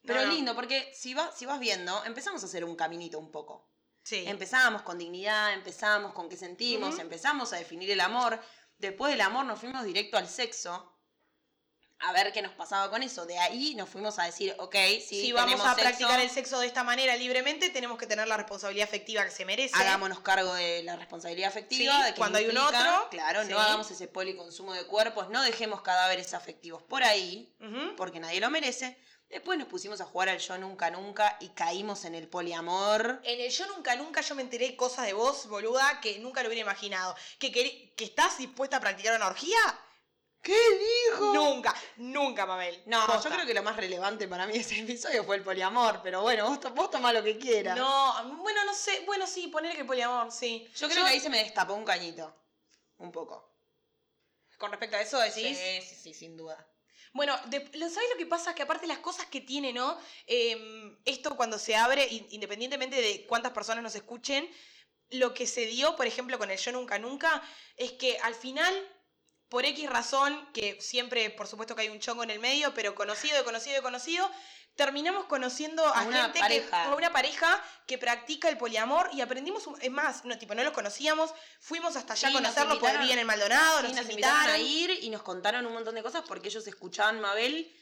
Speaker 3: Pero
Speaker 1: No, no.
Speaker 3: lindo, porque si, va- si vas viendo, empezamos a hacer un caminito un poco.
Speaker 1: Sí.
Speaker 3: Empezamos con dignidad, empezamos con qué sentimos,
Speaker 1: Ujú.
Speaker 3: empezamos a definir el amor. Después del amor nos fuimos directo al sexo. A ver qué nos pasaba con eso. De ahí nos fuimos a decir, ok, sí,
Speaker 1: si vamos
Speaker 3: tenemos
Speaker 1: a
Speaker 3: sexo,
Speaker 1: practicar el sexo de esta manera libremente, tenemos que tener la responsabilidad afectiva que se merece.
Speaker 3: Hagámonos cargo de la responsabilidad afectiva.
Speaker 1: Sí,
Speaker 3: de que
Speaker 1: cuando hay un otro,
Speaker 3: Claro,
Speaker 1: sí.
Speaker 3: no hagamos ese policonsumo de cuerpos, no dejemos cadáveres afectivos por ahí,
Speaker 1: Ujú.
Speaker 3: porque nadie lo merece. Después nos pusimos a jugar al yo nunca nunca y caímos en el poliamor.
Speaker 1: En el yo nunca, nunca yo me enteré cosas de vos, boluda, que nunca lo hubiera imaginado. ¿Que, queré- que estás dispuesta a practicar una orgía?
Speaker 3: ¿Qué dijo?
Speaker 1: Nunca, nunca, Mabel.
Speaker 3: No,
Speaker 1: Posta.
Speaker 3: yo creo que lo más relevante para mí de ese episodio fue el poliamor, pero bueno, vos, to- vos tomá lo que quieras.
Speaker 1: No, bueno, no sé. Bueno, sí, poner que el poliamor, sí.
Speaker 3: yo creo que ahí se me destapó un cañito. Un poco.
Speaker 1: Con respecto a eso decís.
Speaker 3: sí, sí, sin duda.
Speaker 1: Bueno, de- lo- ¿sabés lo que pasa? Que aparte las cosas que tiene, ¿no? Eh, esto cuando se abre, in- independientemente de cuántas personas nos escuchen, lo que se dio, por ejemplo, con el Yo Nunca Nunca, es que al final, por X razón, que siempre, por supuesto que hay un chongo en el medio, pero conocido, de conocido, de conocido, terminamos conociendo a,
Speaker 3: A una
Speaker 1: gente
Speaker 3: pareja.
Speaker 1: que a una pareja que practica el poliamor y aprendimos, un- es más, no, tipo, no los conocíamos, fuimos hasta allá
Speaker 3: Sí,
Speaker 1: a
Speaker 3: nos
Speaker 1: conocerlo, por el
Speaker 3: invitaron-
Speaker 1: día en el Maldonado,
Speaker 3: Sí,
Speaker 1: nos,
Speaker 3: nos invitaron
Speaker 1: invitaron.
Speaker 3: a ir y nos contaron un montón de cosas porque ellos escuchaban Mabel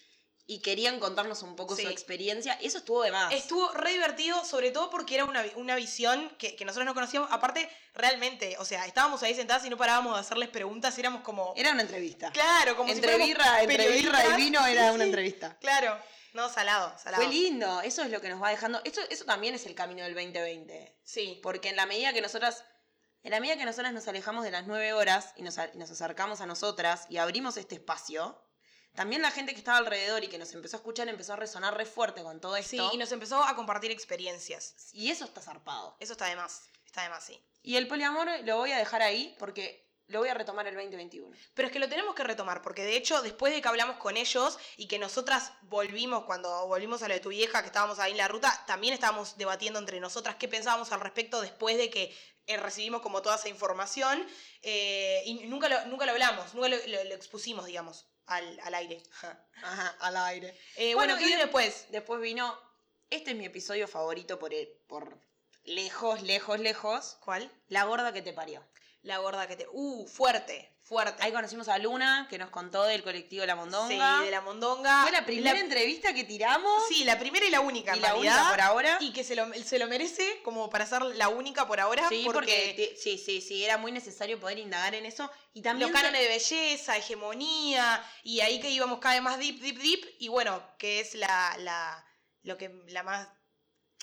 Speaker 3: y querían contarnos un poco
Speaker 1: Sí.
Speaker 3: su experiencia. Eso estuvo de más.
Speaker 1: Estuvo re divertido, sobre todo porque era una, vi- una visión que, que nosotros no conocíamos. Aparte, realmente, o sea, estábamos ahí sentadas y no parábamos de hacerlas preguntas, éramos como.
Speaker 3: Era una entrevista.
Speaker 1: claro, como si
Speaker 3: entre
Speaker 1: fuéramos
Speaker 3: birra, entre birra
Speaker 1: periodistas.
Speaker 3: y vino
Speaker 1: Sí,
Speaker 3: era una
Speaker 1: sí.
Speaker 3: entrevista.
Speaker 1: Claro, no, salado, salado.
Speaker 3: Fue lindo, eso es lo que nos va dejando. Esto, eso también es el camino del 2020.
Speaker 1: Sí.
Speaker 3: Porque en la medida que nosotras, en la medida que nosotras nos alejamos de las nueve horas y nos, a- y nos acercamos a nosotras y abrimos este espacio, también la gente que estaba alrededor y que nos empezó a escuchar empezó a resonar re fuerte con todo
Speaker 1: Sí,
Speaker 3: esto.
Speaker 1: y nos empezó a compartir experiencias.
Speaker 3: y eso está zarpado.
Speaker 1: Eso está de más. Está de más, sí.
Speaker 3: Y el poliamor lo voy a dejar ahí porque lo voy a retomar el 2021.
Speaker 1: Pero es que lo tenemos que retomar, porque de hecho, después de que hablamos con ellos y que nosotras volvimos, cuando volvimos a lo de tu vieja, que estábamos ahí en la ruta, también estábamos debatiendo entre nosotras qué pensábamos al respecto después de que eh, recibimos como toda esa información. eh, y nunca lo, nunca lo hablamos, nunca lo, lo- lo expusimos, digamos, al, al aire.
Speaker 3: Ajá, al aire.
Speaker 1: Eh,
Speaker 3: Bueno,
Speaker 1: bueno, ¿qué
Speaker 3: y
Speaker 1: viene
Speaker 3: de-
Speaker 1: después?
Speaker 3: Después vino, este es mi episodio favorito por, el- por lejos, lejos, lejos,
Speaker 1: ¿Cuál?
Speaker 3: la gorda que te parió.
Speaker 1: La gorda que te. Uh, fuerte, fuerte.
Speaker 3: Ahí conocimos a Luna, que nos contó del colectivo La Mondonga.
Speaker 1: Sí, de la mondonga.
Speaker 3: Fue la primera entrevista que tiramos
Speaker 1: Sí, la primera y la única,
Speaker 3: y
Speaker 1: en
Speaker 3: la
Speaker 1: realidad.
Speaker 3: única por ahora.
Speaker 1: Y que se lo, se lo merece como para ser la única por ahora.
Speaker 3: sí, porque te- sí, sí, sí, era muy necesario poder indagar en eso. Y también
Speaker 1: los
Speaker 3: se-
Speaker 1: cánones de belleza, hegemonía, y ahí que íbamos cada vez más deep, deep, deep, y bueno, que es la, la, lo que, la más,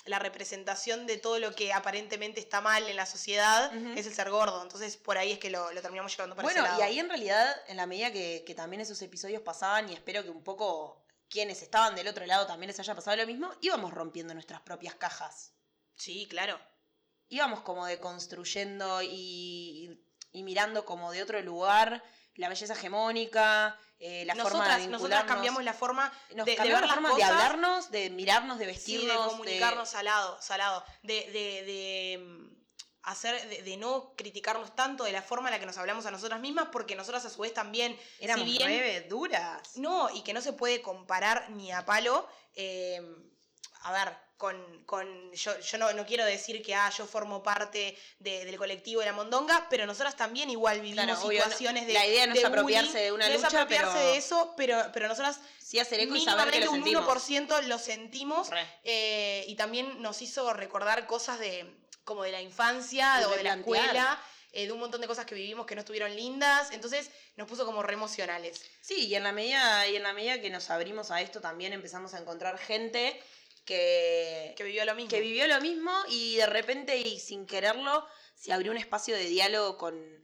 Speaker 1: la representación de todo lo que aparentemente está mal en la sociedad,
Speaker 3: Ujú.
Speaker 1: es el ser gordo, entonces por ahí es que lo, lo terminamos llevando para
Speaker 3: bueno,
Speaker 1: ese lado.
Speaker 3: y ahí en realidad, en la medida que, que también esos episodios pasaban, y espero que un poco quienes estaban del otro lado también les haya pasado lo mismo, íbamos rompiendo nuestras propias cajas.
Speaker 1: Sí, claro.
Speaker 3: Íbamos como deconstruyendo y, y mirando como de otro lugar la belleza hegemónica, eh, la forma de
Speaker 1: Nosotras, nosotras
Speaker 3: vincularnos.
Speaker 1: cambiamos la forma
Speaker 3: Nos
Speaker 1: de- de ver
Speaker 3: cambiamos la
Speaker 1: las
Speaker 3: forma
Speaker 1: cosas.
Speaker 3: de hablarnos, de mirarnos, de
Speaker 1: sí,
Speaker 3: vestirnos,
Speaker 1: de comunicarnos salado, salado, de, de, de, mm, hacer, de, de no criticarnos tanto de la forma en la que nos hablamos a nosotras mismas, porque nosotras a su vez también,
Speaker 3: Éramos
Speaker 1: si bien,
Speaker 3: nueve duras.
Speaker 1: no, y que no se puede comparar ni a palo. eh, a ver, con. con- yo yo no, no quiero decir que ah, yo formo parte de- del colectivo de la Mondonga, pero nosotras también igual vivimos
Speaker 3: Claro, obvio, no-
Speaker 1: situaciones de.
Speaker 3: la idea no es
Speaker 1: de
Speaker 3: apropiarse
Speaker 1: bullying,
Speaker 3: de una
Speaker 1: no es
Speaker 3: lucha,
Speaker 1: apropiarse
Speaker 3: pero-
Speaker 1: de eso, pero, pero nosotras
Speaker 3: Sí, hacer eco y saber que
Speaker 1: mínimamente
Speaker 3: lo
Speaker 1: un
Speaker 3: sentimos.
Speaker 1: 1% lo sentimos.
Speaker 3: Re.
Speaker 1: eh, y también nos hizo recordar cosas de como de la infancia
Speaker 3: Y
Speaker 1: o de la
Speaker 3: replantear.
Speaker 1: escuela, eh, de un montón de cosas que vivimos que no estuvieron lindas. Entonces nos puso como re emocionales.
Speaker 3: Sí, y en la medida, y en la medida que nos abrimos a esto también empezamos a encontrar gente que,
Speaker 1: que vivió lo mismo.
Speaker 3: que vivió lo mismo y de repente y sin quererlo se abrió un espacio de diálogo con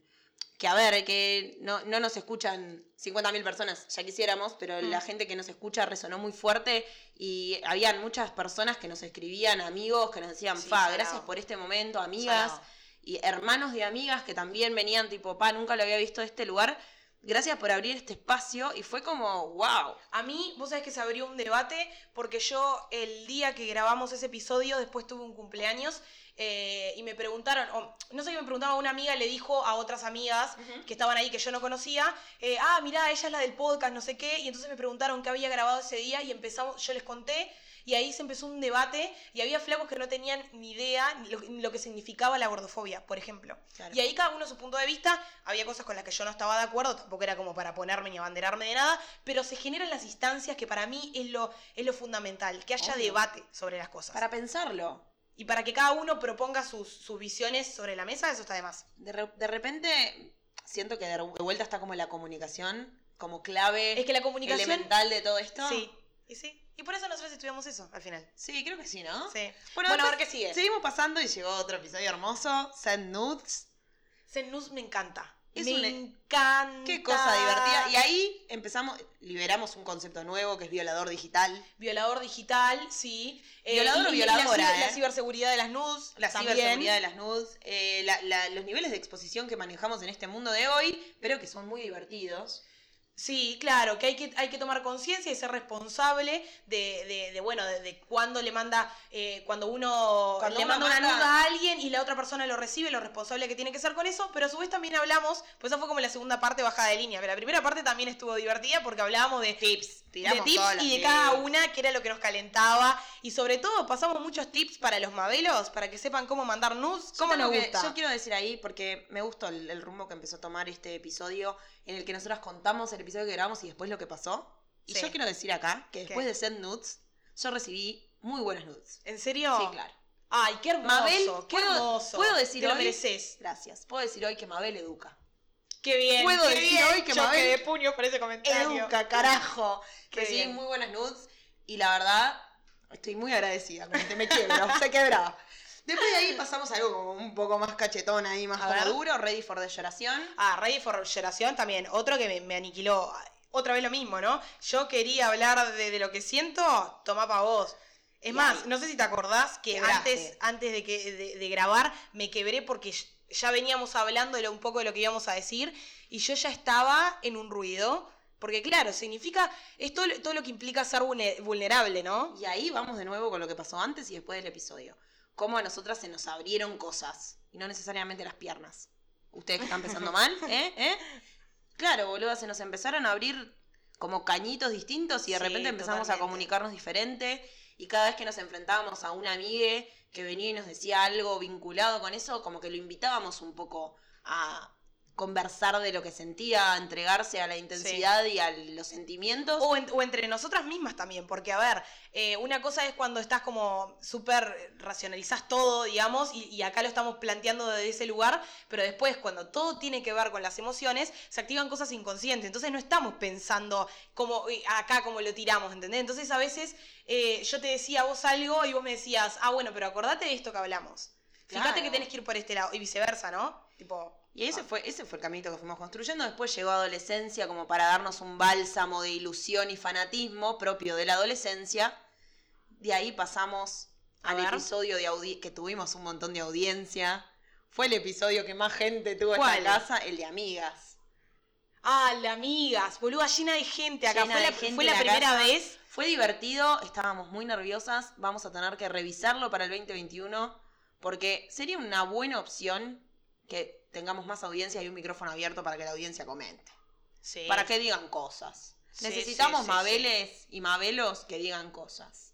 Speaker 3: que a ver, que no, no nos escuchan 50.000 personas, ya quisiéramos, pero
Speaker 1: Mm.
Speaker 3: la gente que nos escucha resonó muy fuerte y habían muchas personas que nos escribían, amigos, que nos decían,
Speaker 1: Sí,
Speaker 3: fa,
Speaker 1: salado.
Speaker 3: gracias por este momento, amigas,
Speaker 1: Sonado.
Speaker 3: y hermanos de amigas que también venían tipo, pa, nunca lo había visto de este lugar, gracias por abrir este espacio y fue como, wow.
Speaker 1: A mí, vos sabés que se abrió un debate porque yo el día que grabamos ese episodio, después tuve un cumpleaños eh, y me preguntaron, o, no sé qué me preguntaba, una amiga le dijo a otras amigas que estaban ahí que yo no conocía, eh, ah, mirá, ella es la del podcast, no sé qué, y entonces me preguntaron qué había grabado ese día y empezamos, yo les conté. Y ahí se empezó un debate y había flacos que no tenían ni idea ni lo, ni lo que significaba la gordofobia, por ejemplo.
Speaker 3: Claro.
Speaker 1: Y ahí cada uno su punto de vista, había cosas con las que yo no estaba de acuerdo, tampoco era como para ponerme ni abanderarme de nada, pero se generan las instancias que para mí es lo, es lo fundamental, que haya
Speaker 3: Obvio.
Speaker 1: debate sobre las cosas.
Speaker 3: Para pensarlo.
Speaker 1: Y para que cada uno proponga sus, sus visiones sobre la mesa, eso está de más.
Speaker 3: De, re- de repente siento que de, re- de vuelta está como la comunicación como clave
Speaker 1: Es que la comunicación...
Speaker 3: elemental de todo esto.
Speaker 1: Sí, y sí. Y por eso nosotros estudiamos eso al final.
Speaker 3: Sí, creo que sí, ¿no?
Speaker 1: Sí.
Speaker 3: Bueno,
Speaker 1: Bueno, a ver
Speaker 3: después
Speaker 1: qué sigue.
Speaker 3: Seguimos pasando y llegó otro episodio hermoso, Send Nudes.
Speaker 1: Zenus me encanta. e-
Speaker 3: Es
Speaker 1: me
Speaker 3: un-
Speaker 1: encanta.
Speaker 3: Qué cosa divertida. Y ahí empezamos, liberamos un concepto nuevo que es violador digital.
Speaker 1: Violador digital, sí. Eh,
Speaker 3: Violador o
Speaker 1: y- y la
Speaker 3: violadora,
Speaker 1: ciber- La,
Speaker 3: eh.
Speaker 1: ciberseguridad de las nudes.
Speaker 3: La
Speaker 1: también.
Speaker 3: ciberseguridad de las nudes, eh, la- la- los niveles de exposición que manejamos en este mundo de hoy, pero que son muy divertidos.
Speaker 1: Sí, claro, que hay que, hay que tomar conciencia y ser responsable de, de- de, bueno, de, de cuando le manda, eh, cuando uno
Speaker 3: Cuando
Speaker 1: le
Speaker 3: uno
Speaker 1: manda una
Speaker 3: manda-
Speaker 1: nuda a alguien y la otra persona lo recibe, lo responsable que tiene que ser con eso, pero a su vez también hablamos, pues esa fue como la segunda parte bajada de línea, pero la primera parte también estuvo divertida porque hablábamos de,
Speaker 3: Tips,
Speaker 1: de
Speaker 3: tiramos
Speaker 1: tips
Speaker 3: todos los
Speaker 1: y de
Speaker 3: tips.
Speaker 1: cada una, que era lo que nos calentaba, y sobre todo pasamos muchos tips para los mabelos, para que sepan cómo mandar nudes,
Speaker 3: Yo
Speaker 1: cómo
Speaker 3: tengo
Speaker 1: nos
Speaker 3: que-
Speaker 1: gusta.
Speaker 3: yo quiero decir ahí, porque me gustó el, el rumbo que empezó a tomar este episodio, en el que nosotras contamos el episodio que grabamos y después lo que pasó. Y
Speaker 1: Sí.
Speaker 3: yo quiero decir acá que después
Speaker 1: ¿Qué?
Speaker 3: de Send Nudes, yo recibí muy buenas nudes.
Speaker 1: ¿En serio?
Speaker 3: Sí, claro.
Speaker 1: Ay, qué hermoso,
Speaker 3: Mabel,
Speaker 1: qué
Speaker 3: ¿puedo-
Speaker 1: hermoso.
Speaker 3: puedo decir
Speaker 1: Te lo
Speaker 3: hoy?
Speaker 1: mereces.
Speaker 3: Gracias. Puedo decir hoy que Mabel educa.
Speaker 1: Qué bien.
Speaker 3: Puedo
Speaker 1: qué
Speaker 3: decir
Speaker 1: bien.
Speaker 3: hoy que Mabel
Speaker 1: Choque de puños por ese comentario.
Speaker 3: Educa, carajo.
Speaker 1: Qué
Speaker 3: recibí
Speaker 1: bien.
Speaker 3: muy buenas nudes y la verdad estoy muy agradecida. como que Me quiebro, se quebraba. Después de ahí pasamos a algo como un poco más cachetón ahí, más
Speaker 1: A
Speaker 3: como
Speaker 1: ver.
Speaker 3: duro, ready for the lloración.
Speaker 1: Ah, Ready for Generación también. Otro que me, me aniquiló. Otra vez lo mismo, ¿no? Yo quería hablar de, de lo que siento, toma pa' vos. Es
Speaker 3: Y
Speaker 1: más,
Speaker 3: ahí.
Speaker 1: no sé si te acordás que
Speaker 3: Quebraste.
Speaker 1: antes, antes de, que, de, de grabar me quebré porque ya- ya veníamos hablando de lo- un poco de lo que íbamos a decir y yo ya estaba en un ruido. Porque claro, significa, es todo, lo- todo lo que implica ser vulne- vulnerable, ¿no?
Speaker 3: Y ahí vamos de nuevo con lo que pasó antes y después del episodio. Cómo a nosotras se nos abrieron cosas. Y no necesariamente las piernas. Ustedes que están pensando mal, ¿eh? ¿Eh? Claro, boluda, se nos empezaron a abrir como cañitos distintos y de
Speaker 1: Sí,
Speaker 3: repente empezamos
Speaker 1: totalmente.
Speaker 3: a comunicarnos diferente. Y cada vez que nos enfrentábamos a una amiga que venía y nos decía algo vinculado con eso, como que lo invitábamos un poco a conversar de lo que sentía, a entregarse a la intensidad y a los sentimientos.
Speaker 1: O, en- o entre nosotras mismas también, porque a ver, eh, una cosa es cuando estás como súper racionalizás todo, digamos, y, y acá lo estamos planteando desde ese lugar, pero después cuando todo tiene que ver con las emociones, se activan cosas inconscientes, entonces no estamos pensando como "Uy, acá como lo tiramos, ¿entendés? Entonces a veces eh, yo te decía a vos algo y vos me decías, ah, bueno, pero acordate de esto que hablamos. Fíjate
Speaker 3: Claro.
Speaker 1: que tenés que ir por este lado y viceversa, ¿no? Tipo,
Speaker 3: Y ese
Speaker 1: ah,
Speaker 3: fue, ese fue el caminito que fuimos construyendo. Después llegó adolescencia como para darnos un bálsamo de ilusión y fanatismo propio de la adolescencia. De ahí pasamos
Speaker 1: A
Speaker 3: al
Speaker 1: ver.
Speaker 3: episodio de audi- que tuvimos un montón de audiencia. Fue el episodio que más gente tuvo
Speaker 1: ¿Cuál?
Speaker 3: en la casa, el de amigas.
Speaker 1: Ah, la amigas, boluda, llena de gente acá.
Speaker 3: Llena
Speaker 1: fue la,
Speaker 3: de gente
Speaker 1: fue la
Speaker 3: la
Speaker 1: primera
Speaker 3: casa.
Speaker 1: vez.
Speaker 3: Fue divertido, estábamos muy nerviosas. Vamos a tener que revisarlo para el 2021 Porque sería una buena opción que tengamos más audiencia y un micrófono abierto para que la audiencia comente.
Speaker 1: Sí.
Speaker 3: Para que digan cosas.
Speaker 1: Sí,
Speaker 3: Necesitamos
Speaker 1: sí, sí,
Speaker 3: Mabeles y Mabelos que digan cosas.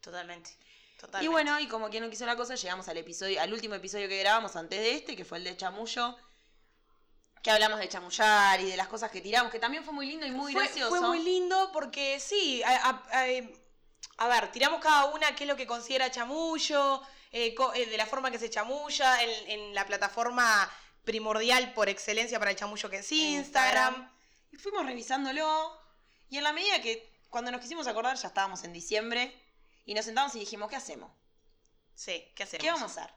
Speaker 1: Totalmente. Totalmente.
Speaker 3: Y bueno, y como quien no quiso la cosa, llegamos al episodio, al último episodio que grabamos antes de este, que fue el de Chamullo. Que hablamos de chamullar y de las cosas que tiramos, que también fue muy lindo y muy
Speaker 1: fue,
Speaker 3: gracioso.
Speaker 1: fue muy lindo porque sí, a, a- a- eh, a ver, tiramos cada una qué es lo que considera chamullo, eh, co- eh, de la forma que se chamulla, en, en la plataforma primordial por excelencia para el chamullo que es Instagram.
Speaker 3: Instagram. Y fuimos revisándolo. Y en la medida que cuando nos quisimos acordar ya estábamos en diciembre. Y nos sentamos y dijimos, ¿qué hacemos?
Speaker 1: Sí, ¿qué hacemos?
Speaker 3: ¿Qué vamos a hacer?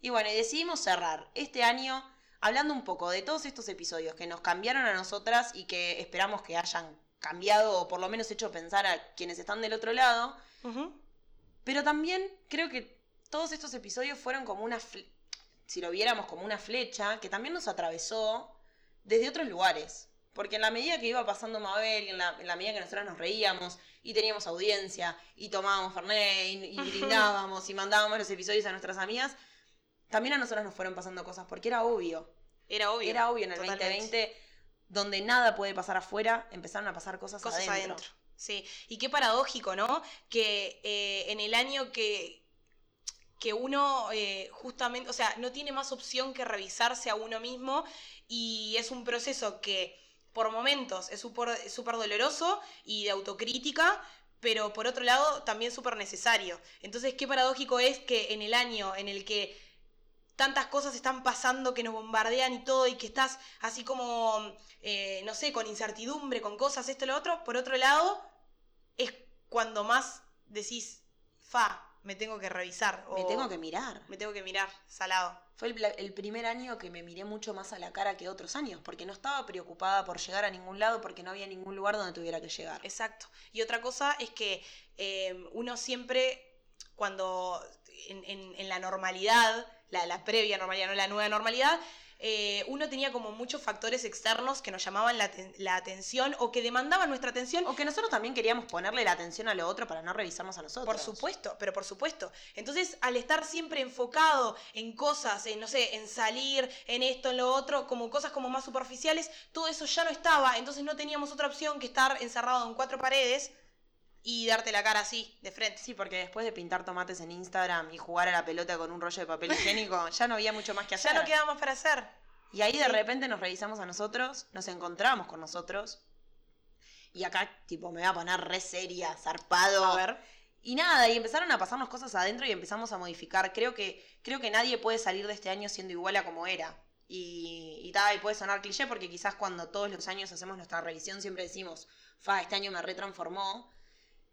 Speaker 3: Y bueno, y decidimos cerrar este año hablando un poco de todos estos episodios que nos cambiaron a nosotras y que esperamos que hayan cambiado o por lo menos hecho pensar a quienes están del otro lado.
Speaker 1: Ujú.
Speaker 3: Pero también creo que todos estos episodios fueron como una, fle- si lo viéramos como una flecha, que también nos atravesó desde otros lugares. Porque en la medida que iba pasando Mabel, y en la, en la medida que nosotras nos reíamos y teníamos audiencia y tomábamos Fernet y, y brindábamos y mandábamos los episodios a nuestras amigas, también a nosotras nos fueron pasando cosas porque era obvio.
Speaker 1: Era obvio.
Speaker 3: Era obvio en el
Speaker 1: totalmente.
Speaker 3: 2020, donde nada puede pasar afuera, empezaron a pasar cosas,
Speaker 1: Cosas
Speaker 3: adentro.
Speaker 1: adentro. Sí, y qué paradójico, ¿no? Que eh, en el año que, que uno eh, justamente, o sea, no tiene más opción que revisarse a uno mismo y es un proceso que por momentos es súper súper doloroso y de autocrítica, pero por otro lado también súper necesario. Entonces, qué paradójico es que en el año en el que tantas cosas están pasando que nos bombardean y todo y que estás así como, eh, no sé, con incertidumbre, con cosas, esto, lo otro, por otro lado, es cuando más decís, fa, me tengo que revisar.
Speaker 3: Me
Speaker 1: o-
Speaker 3: tengo que mirar.
Speaker 1: me tengo que mirar, salado.
Speaker 3: Fue el, pla- el primer año que me miré mucho más a la cara que otros años, porque no estaba preocupada por llegar a ningún lado, porque no había ningún lugar donde tuviera que llegar.
Speaker 1: Exacto. Y otra cosa es que eh, uno siempre, cuando en, en- en la normalidad, la, la previa normalidad, no la nueva normalidad, eh, uno tenía como muchos factores externos que nos llamaban la, aten- la atención o que demandaban nuestra atención.
Speaker 3: O que nosotros también queríamos ponerle la atención a lo otro para no revisarnos a nosotros.
Speaker 1: Por supuesto, pero por supuesto. Entonces, al estar siempre enfocado en cosas, en, no sé, en salir, en esto, en lo otro, como cosas como más superficiales, todo eso ya no estaba, entonces no teníamos otra opción que estar encerrado en cuatro paredes y darte la cara así, de frente.
Speaker 3: Sí, porque después de pintar tomates en Instagram y jugar a la pelota con un rollo de papel higiénico, ya no había mucho más que hacer.
Speaker 1: Ya no quedaba más para hacer.
Speaker 3: Y ahí de
Speaker 1: Sí.
Speaker 3: repente nos revisamos a nosotros, nos encontramos con nosotros. Y acá, tipo, me voy a poner re seria, zarpado.
Speaker 1: A ver.
Speaker 3: Y nada, y empezaron a pasarnos cosas adentro y empezamos a modificar. Creo que, creo que nadie puede salir de este año siendo igual a como era. Y, y tal, y puede sonar cliché porque quizás cuando todos los años hacemos nuestra revisión siempre decimos, fa, este año me retransformó.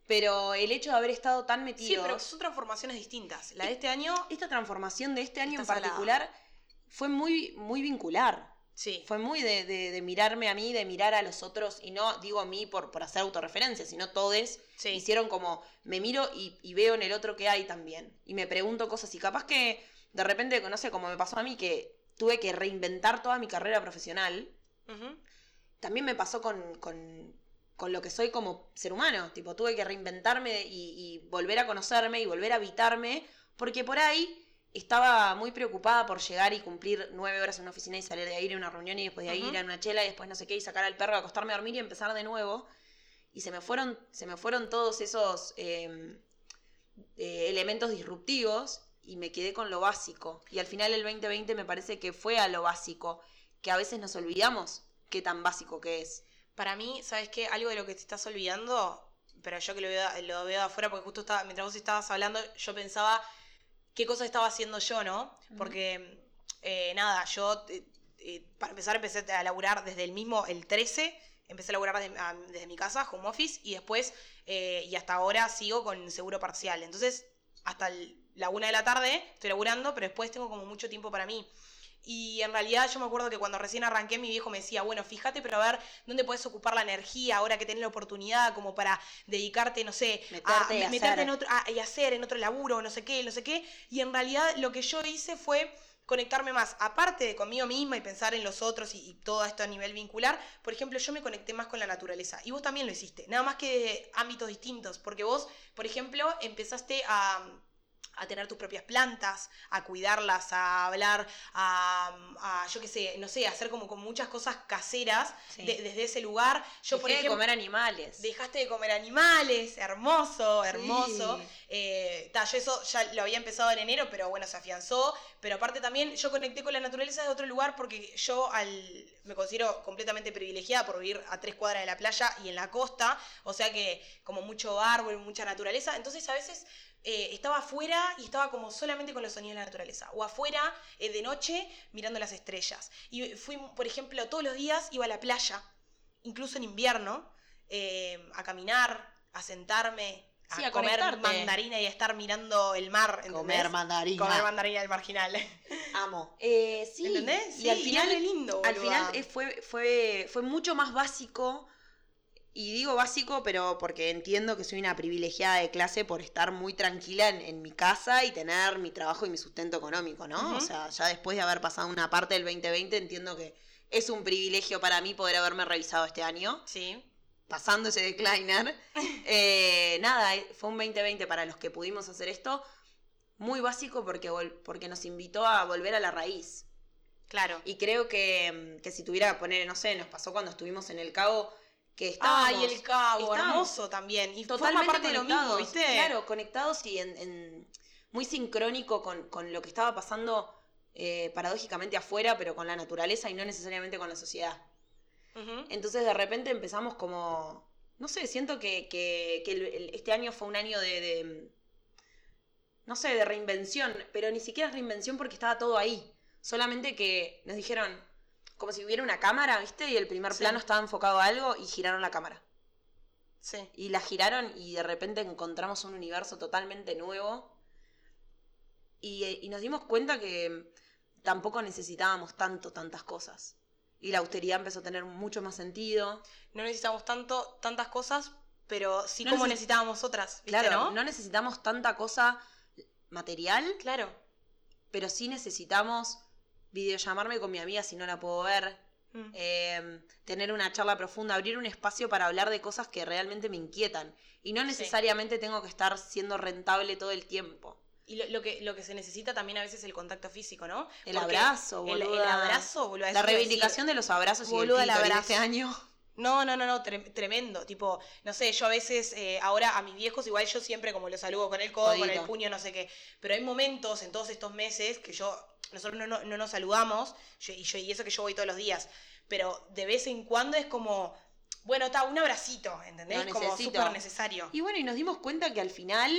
Speaker 3: Pero el hecho de haber estado tan metidos...
Speaker 1: Sí, pero son transformaciones distintas. La de este año,
Speaker 3: Esta transformación de este año en
Speaker 1: Está salada.
Speaker 3: particular fue muy, muy vincular.
Speaker 1: sí.
Speaker 3: Fue muy de, de- de mirarme a mí, de mirar a los otros, y no digo a mí por, por hacer autorreferencia, sino todes
Speaker 1: Sí.
Speaker 3: hicieron como me miro y, y veo en el otro que hay también. Y me pregunto cosas. Y capaz que de repente, no sé, como me pasó a mí, que tuve que reinventar toda mi carrera profesional.
Speaker 1: Ujú.
Speaker 3: También me pasó con, con- con lo que soy como ser humano. Tipo, tuve que reinventarme y, y volver a conocerme y volver a habitarme. Porque por ahí estaba muy preocupada por llegar y cumplir nueve horas en una oficina y salir de ahí ir a una reunión y después de ahí
Speaker 1: Ujú.
Speaker 3: ir a una chela y después no sé qué y sacar al perro, acostarme a dormir y empezar de nuevo. Y se me fueron, se me fueron todos esos eh, eh, elementos disruptivos y me quedé con lo básico. Y al final el 2020 me parece que fue a lo básico, que a veces nos olvidamos qué tan básico que es.
Speaker 1: Para mí, ¿sabes qué? Algo de lo que te estás olvidando, pero yo que lo veo, lo veo de afuera, porque justo estaba, mientras vos estabas hablando, yo pensaba qué cosa estaba haciendo yo, ¿no?
Speaker 3: Ujú.
Speaker 1: Porque, eh, nada, yo, eh, eh, para empezar, empecé a laburar desde el mismo, el 13, empecé a laburar desde, a- desde mi casa, home office, y después, eh, y hasta ahora sigo con seguro parcial. Entonces, hasta el- la una de la tarde estoy laburando, pero después tengo como mucho tiempo para mí. Y en realidad yo me acuerdo que cuando recién arranqué mi viejo me decía, bueno, fíjate, pero a ver dónde puedes ocupar la energía ahora que tenés la oportunidad como para dedicarte, no sé,
Speaker 3: Meterte y
Speaker 1: me-
Speaker 3: hacer.
Speaker 1: en otro, a- y hacer en otro laburo, no sé qué, no sé qué. Y en realidad lo que yo hice fue conectarme más, aparte de conmigo misma y pensar en los otros y, y todo esto a nivel vincular, por ejemplo, yo me conecté más con la naturaleza y vos también lo hiciste, nada más que de ámbitos distintos, porque vos, por ejemplo, empezaste a a tener tus propias plantas, a cuidarlas, a hablar, a, a, yo qué sé, no sé, a hacer como con muchas cosas caseras
Speaker 3: Sí.
Speaker 1: de- desde ese lugar. Yo,
Speaker 3: Dejé
Speaker 1: por
Speaker 3: de
Speaker 1: ejemplo,
Speaker 3: comer animales.
Speaker 1: dejaste de comer animales, hermoso, hermoso.
Speaker 3: Sí.
Speaker 1: Eh, ta, yo eso ya lo había empezado en enero, pero bueno, se afianzó. Pero aparte también yo conecté con la naturaleza de otro lugar porque yo al, me considero completamente privilegiada por vivir a tres cuadras de la playa y en la costa. O sea que como mucho árbol, mucha naturaleza. Entonces a veces eh, estaba afuera y estaba como solamente con los sonidos de la naturaleza. O afuera eh, de noche mirando las estrellas. Y fui, por ejemplo, todos los días iba a la playa, incluso en invierno, eh, a caminar, a sentarme. A,
Speaker 3: Sí, a
Speaker 1: comer
Speaker 3: conectarte.
Speaker 1: mandarina y a estar mirando el mar. ¿entendés?
Speaker 3: Comer mandarina.
Speaker 1: Comer mandarina del marginal.
Speaker 3: Amo. Eh, sí.
Speaker 1: ¿Entendés?
Speaker 3: y al final
Speaker 1: es re lindo.
Speaker 3: Al
Speaker 1: boluda.
Speaker 3: final eh, fue, fue, fue mucho más básico. Y digo básico, pero porque entiendo que soy una privilegiada de clase por estar muy tranquila en, en mi casa y tener mi trabajo y mi sustento económico, ¿no? O
Speaker 1: Ujú.
Speaker 3: sea, ya después de haber pasado una parte del 2020, entiendo que es un privilegio para mí poder haberme revisado este año,
Speaker 1: Sí.
Speaker 3: pasando ese decliner. Eh, nada, eh, fue un 2020 para los que pudimos hacer esto, muy básico porque, vol- porque nos invitó a volver a la raíz.
Speaker 1: Claro.
Speaker 3: Y creo que, mm, que si tuviera que poner, no sé, nos pasó cuando estuvimos en el cabo que estábamos
Speaker 1: Ay, el cabo,
Speaker 3: estábamos
Speaker 1: hermoso también. Y
Speaker 3: totalmente
Speaker 1: forma parte de lo mismo,
Speaker 3: conectados,
Speaker 1: ¿viste?
Speaker 3: Claro, conectados y en, en- muy sincrónico con, con lo que estaba pasando eh, paradójicamente afuera, pero con la naturaleza y no necesariamente con la sociedad.
Speaker 1: Ujú.
Speaker 3: Entonces de repente empezamos como, no sé, siento que, que- que el- el- este año fue un año de, de, no sé, de reinvención, pero ni siquiera es reinvención porque estaba todo ahí. Solamente que nos dijeron, como si hubiera una cámara, ¿viste? Y el primer
Speaker 1: Sí.
Speaker 3: plano estaba enfocado a algo y giraron la cámara.
Speaker 1: Sí.
Speaker 3: Y la giraron y de repente encontramos un universo totalmente nuevo. Y, eh, y nos dimos cuenta que tampoco necesitábamos tanto, tantas cosas. Y la austeridad empezó a tener mucho más sentido.
Speaker 1: No necesitamos tanto, tantas cosas, pero sí
Speaker 3: No
Speaker 1: como
Speaker 3: necesi-
Speaker 1: necesitábamos otras, ¿viste,
Speaker 3: Claro,
Speaker 1: no?
Speaker 3: no necesitamos tanta cosa material,
Speaker 1: Claro.
Speaker 3: pero sí necesitamos videollamarme con mi amiga si no la puedo ver,
Speaker 1: Mm.
Speaker 3: eh, tener una charla profunda, abrir un espacio para hablar de cosas que realmente me inquietan. Y no necesariamente tengo que estar siendo rentable todo el tiempo.
Speaker 1: Y lo, lo que, lo que se necesita también a veces es el contacto físico, ¿no?
Speaker 3: El
Speaker 1: Porque
Speaker 3: abrazo,
Speaker 1: El, el
Speaker 3: boluda.
Speaker 1: abrazo, boludo.
Speaker 3: La reivindicación de los abrazos
Speaker 1: Boluda,
Speaker 3: y
Speaker 1: el
Speaker 3: del clítoris de
Speaker 1: abrazo.
Speaker 3: este año.
Speaker 1: No, no, no, no, trem- tremendo. Tipo, no sé, yo a veces, eh, ahora a mis viejos, igual yo siempre como los saludo con el codo, con el
Speaker 3: Codito.
Speaker 1: puño, no sé qué. Pero hay momentos en todos estos meses que yo, nosotros no, no- no nos saludamos, yo- y, yo- y eso que yo voy todos los días. Pero de vez en cuando es como, bueno, está, un abracito, ¿entendés?
Speaker 3: Lo
Speaker 1: como
Speaker 3: necesito.
Speaker 1: súper necesario.
Speaker 3: Y bueno, y nos dimos cuenta que al final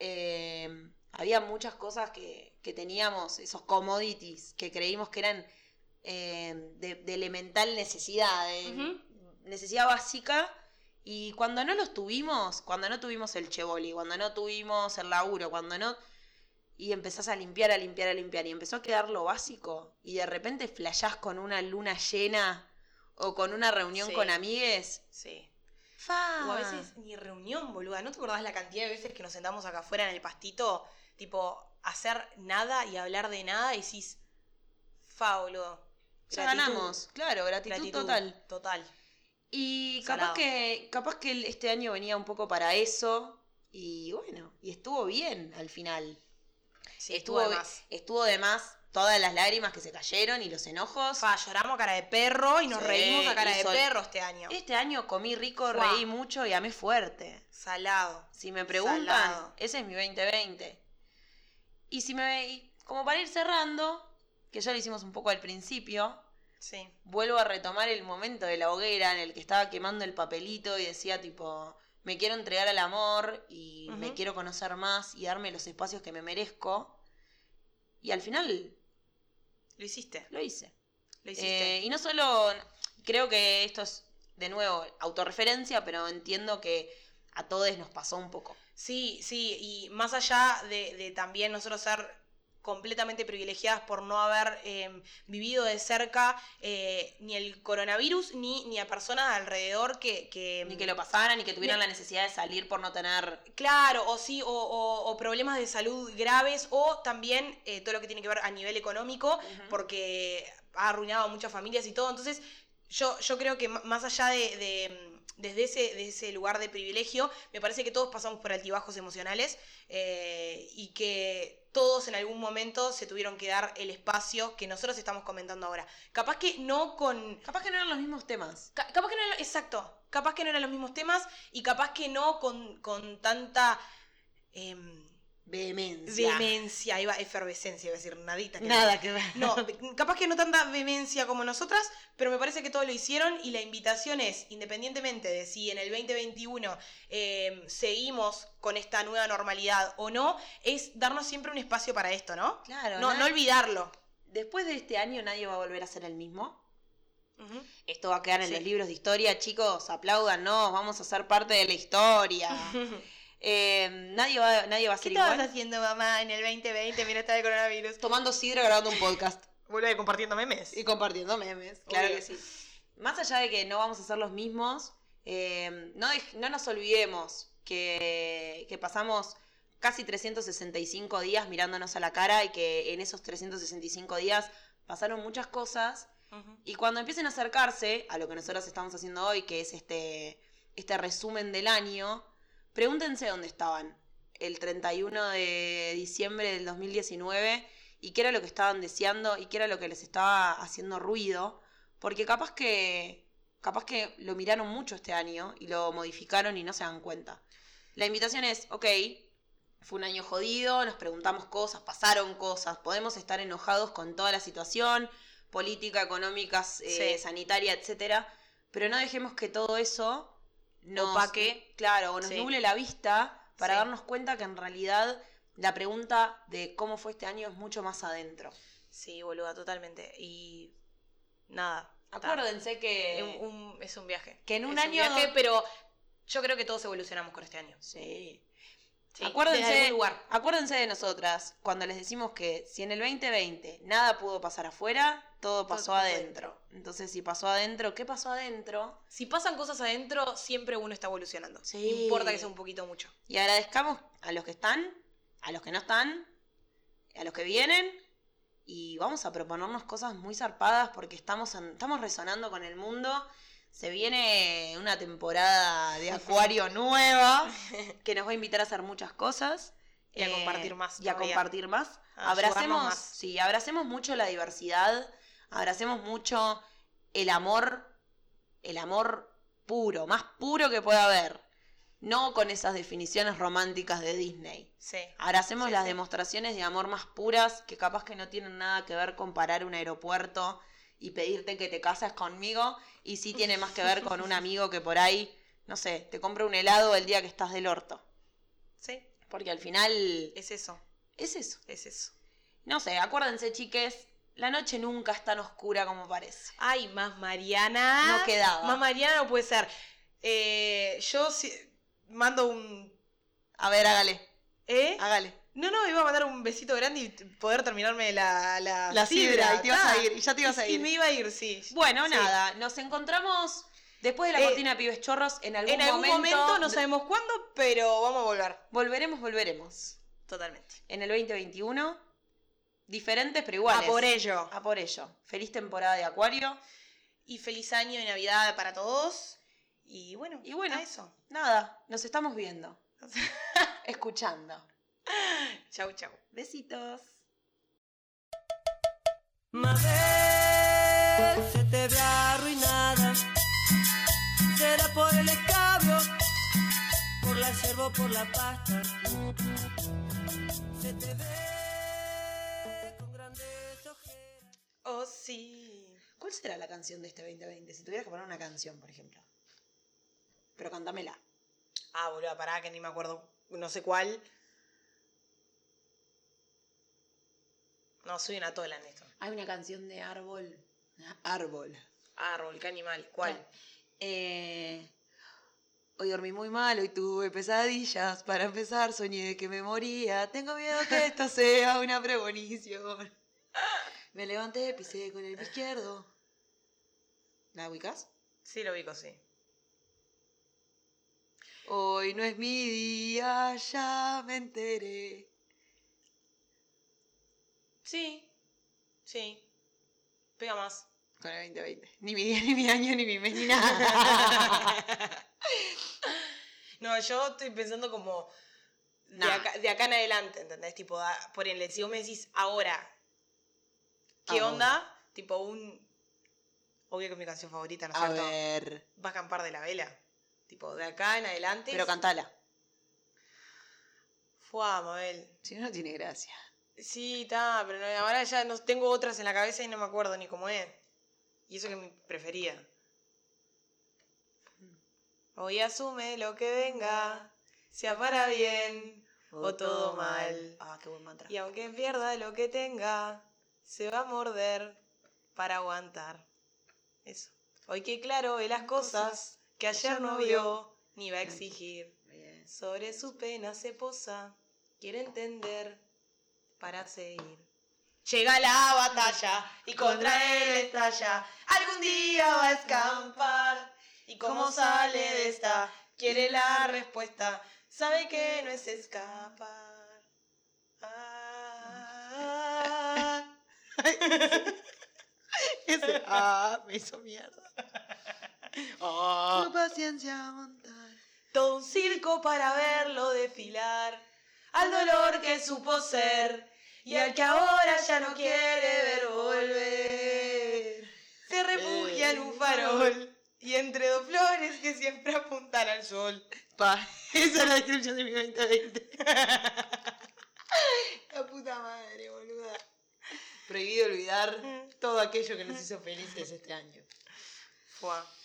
Speaker 3: eh, había muchas cosas que, que teníamos, esos commodities que creímos que eran eh, de, de elemental necesidad, de
Speaker 1: Ujú.
Speaker 3: necesidad básica. Y cuando no los tuvimos, cuando no tuvimos el chevoli, cuando no tuvimos el laburo, cuando no. Y empezás a limpiar, a limpiar, a limpiar. Y empezó a quedar lo básico. Y de repente flashás con una luna llena o con una reunión
Speaker 1: Sí.
Speaker 3: con amigues.
Speaker 1: Sí.
Speaker 3: ¡Fa!
Speaker 1: O a veces ni reunión, boluda. ¿No te acordás la cantidad de veces que nos sentamos acá afuera en el pastito? Tipo, hacer nada y hablar de nada y decís, fa, boludo.
Speaker 3: Ya
Speaker 1: Gratitud,
Speaker 3: ganamos, claro, gratitud,
Speaker 1: gratitud
Speaker 3: total.
Speaker 1: Total.
Speaker 3: Y
Speaker 1: Salado.
Speaker 3: capaz que, capaz que el- este año venía un poco para eso. Y bueno, y estuvo bien al final.
Speaker 1: Sí, estuvo de
Speaker 3: bi-
Speaker 1: más.
Speaker 3: Estuvo de más todas las lágrimas que se cayeron y los enojos.
Speaker 1: Fa, lloramos a cara de perro y nos
Speaker 3: Sí,
Speaker 1: reímos a cara
Speaker 3: y
Speaker 1: de
Speaker 3: sol-
Speaker 1: perro este año.
Speaker 3: Este año comí rico,
Speaker 1: Fua.
Speaker 3: reí mucho y amé fuerte.
Speaker 1: Salado.
Speaker 3: Si me preguntan,
Speaker 1: Salado.
Speaker 3: ese es mi 2020. Y si me. y como para ir cerrando, que ya lo hicimos un poco al principio,
Speaker 1: Sí.
Speaker 3: vuelvo a retomar el momento de la hoguera en el que estaba quemando el papelito y decía tipo, me quiero entregar al amor y me
Speaker 1: Ujú.
Speaker 3: quiero conocer más y darme los espacios que me merezco. Y al final
Speaker 1: Lo hiciste.
Speaker 3: lo hice.
Speaker 1: Lo hiciste.
Speaker 3: Eh, y no solo, creo que esto es de nuevo autorreferencia, pero entiendo que a todos nos pasó un poco.
Speaker 1: Sí, sí, y más allá de, de también nosotros ser completamente privilegiadas por no haber eh, vivido de cerca eh, ni el coronavirus ni, ni a personas alrededor que... que em,
Speaker 3: Ni que lo pasaran, ni que tuvieran la necesidad de salir por no tener...
Speaker 1: Claro, o sí, o, o- o problemas de salud graves, o también eh, todo lo que tiene que ver a nivel económico, porque ha arruinado a muchas familias y todo. Entonces, yo, yo creo que m- más allá de, de, mm, desde ese, desde ese lugar de privilegio, me parece que todos pasamos por altibajos emocionales eh, y que todos en algún momento se tuvieron que dar el espacio que nosotros estamos comentando ahora. Capaz que no con...
Speaker 3: Capaz que no eran los mismos temas.
Speaker 1: ca- capaz que no era, exacto, capaz que no eran los mismos temas y capaz que no con, con tanta... em,
Speaker 3: Vehemencia.
Speaker 1: Vehemencia, ahí va, efervescencia, iba a decir, nadita. que
Speaker 3: Nada que ver.
Speaker 1: No, capaz que no tanta vehemencia como nosotras, pero me parece que todos lo hicieron y la invitación es, independientemente de si en el 2021 eh, seguimos con esta nueva normalidad o no, es darnos siempre un espacio para esto, ¿no?
Speaker 3: Claro.
Speaker 1: No,
Speaker 3: nada-
Speaker 1: no olvidarlo.
Speaker 3: Después de este año nadie va a volver a ser el mismo.
Speaker 1: Ujú.
Speaker 3: Esto va a quedar en
Speaker 1: Sí.
Speaker 3: los libros de historia, chicos. Aplaudanos, vamos a ser parte de la historia.
Speaker 1: Ah.
Speaker 3: Eh, nadie, va, nadie va a ser igual.
Speaker 1: haciendo, mamá, en el 2020? Mira, está el coronavirus.
Speaker 3: Tomando sidra grabando un podcast
Speaker 1: Vuelve compartiendo memes.
Speaker 3: y compartiendo memes. Claro
Speaker 1: Obvio.
Speaker 3: que sí. Más allá de que no vamos a ser los mismos, eh, no, dej- no nos olvidemos que, que pasamos casi 365 días mirándonos a la cara y que en esos 365 días pasaron muchas cosas
Speaker 1: Ujú.
Speaker 3: Y cuando empiecen a acercarse a lo que nosotros estamos haciendo hoy, que es este, este resumen del año, pregúntense dónde estaban el 31 de diciembre del 2019 y qué era lo que estaban deseando y qué era lo que les estaba haciendo ruido, porque capaz que capaz que lo miraron mucho este año y lo modificaron y no se dan cuenta. La invitación es, ok, fue un año jodido, nos preguntamos cosas, pasaron cosas, podemos estar enojados con toda la situación, política, económica, eh,
Speaker 1: Sí.
Speaker 3: sanitaria, etcétera, pero no dejemos que todo eso nos
Speaker 1: Opaque.
Speaker 3: claro, o nos
Speaker 1: Sí.
Speaker 3: nuble la vista para
Speaker 1: Sí.
Speaker 3: darnos cuenta que en realidad la pregunta de cómo fue este año es mucho más adentro.
Speaker 1: Sí, boluda, totalmente. Y nada.
Speaker 3: Acuérdense que
Speaker 1: Es un, un- es un viaje.
Speaker 3: Que en un
Speaker 1: Es
Speaker 3: año
Speaker 1: viaje,
Speaker 3: no-
Speaker 1: pero yo creo que todos evolucionamos con este año.
Speaker 3: Sí.
Speaker 1: Sí,
Speaker 3: Acuérdense-
Speaker 1: desde algún lugar.
Speaker 3: Acuérdense de nosotras cuando les decimos que si en el 2020 nada pudo pasar afuera, todo pasó
Speaker 1: pasó
Speaker 3: adentro. Entonces, si pasó adentro, ¿qué pasó adentro?
Speaker 1: Si pasan cosas adentro, siempre uno está evolucionando.
Speaker 3: Sí.
Speaker 1: No Importa que sea un poquito o mucho.
Speaker 3: Y agradezcamos a los que están, a los que no están, a los que vienen. Y vamos a proponernos cosas muy zarpadas porque estamos, en- estamos resonando con el mundo. Se viene una temporada de Acuario nueva que nos va a invitar a hacer muchas cosas. Eh,
Speaker 1: Y a compartir más
Speaker 3: Y a
Speaker 1: todavía.
Speaker 3: compartir más.
Speaker 1: A ayudarnos
Speaker 3: Abracemos,
Speaker 1: Ah, más.
Speaker 3: sí, abracemos mucho la diversidad, abracemos mucho el amor, el amor puro, más puro que pueda haber. No con esas definiciones románticas de Disney.
Speaker 1: Sí.
Speaker 3: Abracemos
Speaker 1: Sí,
Speaker 3: las
Speaker 1: sí.
Speaker 3: demostraciones de amor más puras que capaz que no tienen nada que ver con parar un aeropuerto y pedirte que te cases conmigo y sí tiene más que ver con un amigo que por ahí, no sé, te compra un helado el día que estás del orto.
Speaker 1: Sí.
Speaker 3: Porque al final
Speaker 1: Es eso.
Speaker 3: es eso.
Speaker 1: Es eso.
Speaker 3: No sé, acuérdense chiques, la noche nunca es tan oscura como parece.
Speaker 1: Ay, más Mariana.
Speaker 3: No quedaba.
Speaker 1: Más Mariana no puede ser. Eh, yo si- mando un.
Speaker 3: A ver, hágale,
Speaker 1: ¿Eh?
Speaker 3: hágale.
Speaker 1: No, no, iba a mandar un besito grande y t- poder terminarme la, la,
Speaker 3: La sidra, y te ibas
Speaker 1: ta.
Speaker 3: a ir, y ya te ibas a
Speaker 1: Y- Y
Speaker 3: ir.
Speaker 1: me iba a ir, sí.
Speaker 3: Bueno,
Speaker 1: Sí.
Speaker 3: nada, nos encontramos después de la
Speaker 1: Eh,
Speaker 3: cortina de pibes chorros en algún
Speaker 1: En algún momento, no sabemos cuándo, pero vamos a volver.
Speaker 3: Volveremos, volveremos.
Speaker 1: Totalmente.
Speaker 3: En el 2021, diferentes pero iguales.
Speaker 1: A por ello.
Speaker 3: A por ello. Feliz temporada de Acuario.
Speaker 1: Y feliz año y Navidad para todos. Y bueno,
Speaker 3: Y bueno.
Speaker 1: a eso.
Speaker 3: Nada, nos estamos viendo, escuchando.
Speaker 1: chau, chau.
Speaker 3: Besitos.
Speaker 2: Mabel, se te ve arruinada. Será por el escabio, por la cervo, por la pasta. Se te ve con grandes ojeras.
Speaker 1: Oh, sí.
Speaker 3: ¿Cuál será la canción de este 2020? Si tuvieras que poner una canción, por ejemplo. Pero cantámela.
Speaker 1: Ah, boludo, pará, que ni me acuerdo. No sé cuál. No, soy una tola en esto.
Speaker 3: Hay una canción de Árbol. Árbol.
Speaker 1: Árbol, Ah, qué animal. ¿Cuál?
Speaker 3: Eh, hoy dormí muy mal, hoy tuve pesadillas. Para empezar, soñé que me moría. Tengo miedo que esto sea una premonición. Me levanté, pisé con el pie izquierdo. ¿La ubicas?
Speaker 1: Sí, lo ubico, sí.
Speaker 3: Hoy no es mi día, ya me enteré.
Speaker 1: Sí. Sí. Pega más.
Speaker 3: Con el 2020. Ni mi día, ni mi año, ni mi mes, ni nada.
Speaker 1: No, yo estoy pensando como de,
Speaker 3: Nah.
Speaker 1: acá, de acá en adelante, ¿entendés? Tipo, a- ponele, si vos me decís ahora, ¿qué
Speaker 3: Ahora.
Speaker 1: onda? Tipo, un. Obvio que es mi canción favorita, ¿no es
Speaker 3: A
Speaker 1: cierto?
Speaker 3: ver.
Speaker 1: Va a acampar de la vela. Tipo, de acá en adelante.
Speaker 3: Pero cantala.
Speaker 1: Fue Mabel.
Speaker 3: Si no, no tiene gracia.
Speaker 1: Sí, está, pero no- ahora ya no tengo otras en la cabeza y no me acuerdo ni cómo es. Y eso que me prefería.
Speaker 3: Mm.
Speaker 1: Hoy asume lo que venga, sea para bien o todo mal.
Speaker 3: Ah, qué buen mantra.
Speaker 1: Y aunque pierda lo que tenga, se va a morder para aguantar. Eso. Hoy que claro ve las cosas que ayer no vio ni va a exigir.
Speaker 3: Bien.
Speaker 1: Sobre sus penas se posa, quiere entender para seguir. Llega la batalla y contra él estalla. Algún día va a escampar. ¿Y cómo sale de esta? Quiere la respuesta. Sabe que no es escapar. Ah.
Speaker 3: Ese- ah, me hizo mierda.
Speaker 1: Ah.
Speaker 3: Tu paciencia aguantar.
Speaker 1: Todo un circo para verlo desfilar. Al dolor que supo ser y al que ahora ya no quiere ver volver. Se refugia en un farol y entre dos flores que siempre apuntan al sol.
Speaker 3: Pa, esa es la descripción de mi 2020. la puta madre, boluda. Prohibido olvidar todo aquello que nos hizo felices este año.
Speaker 1: Fua.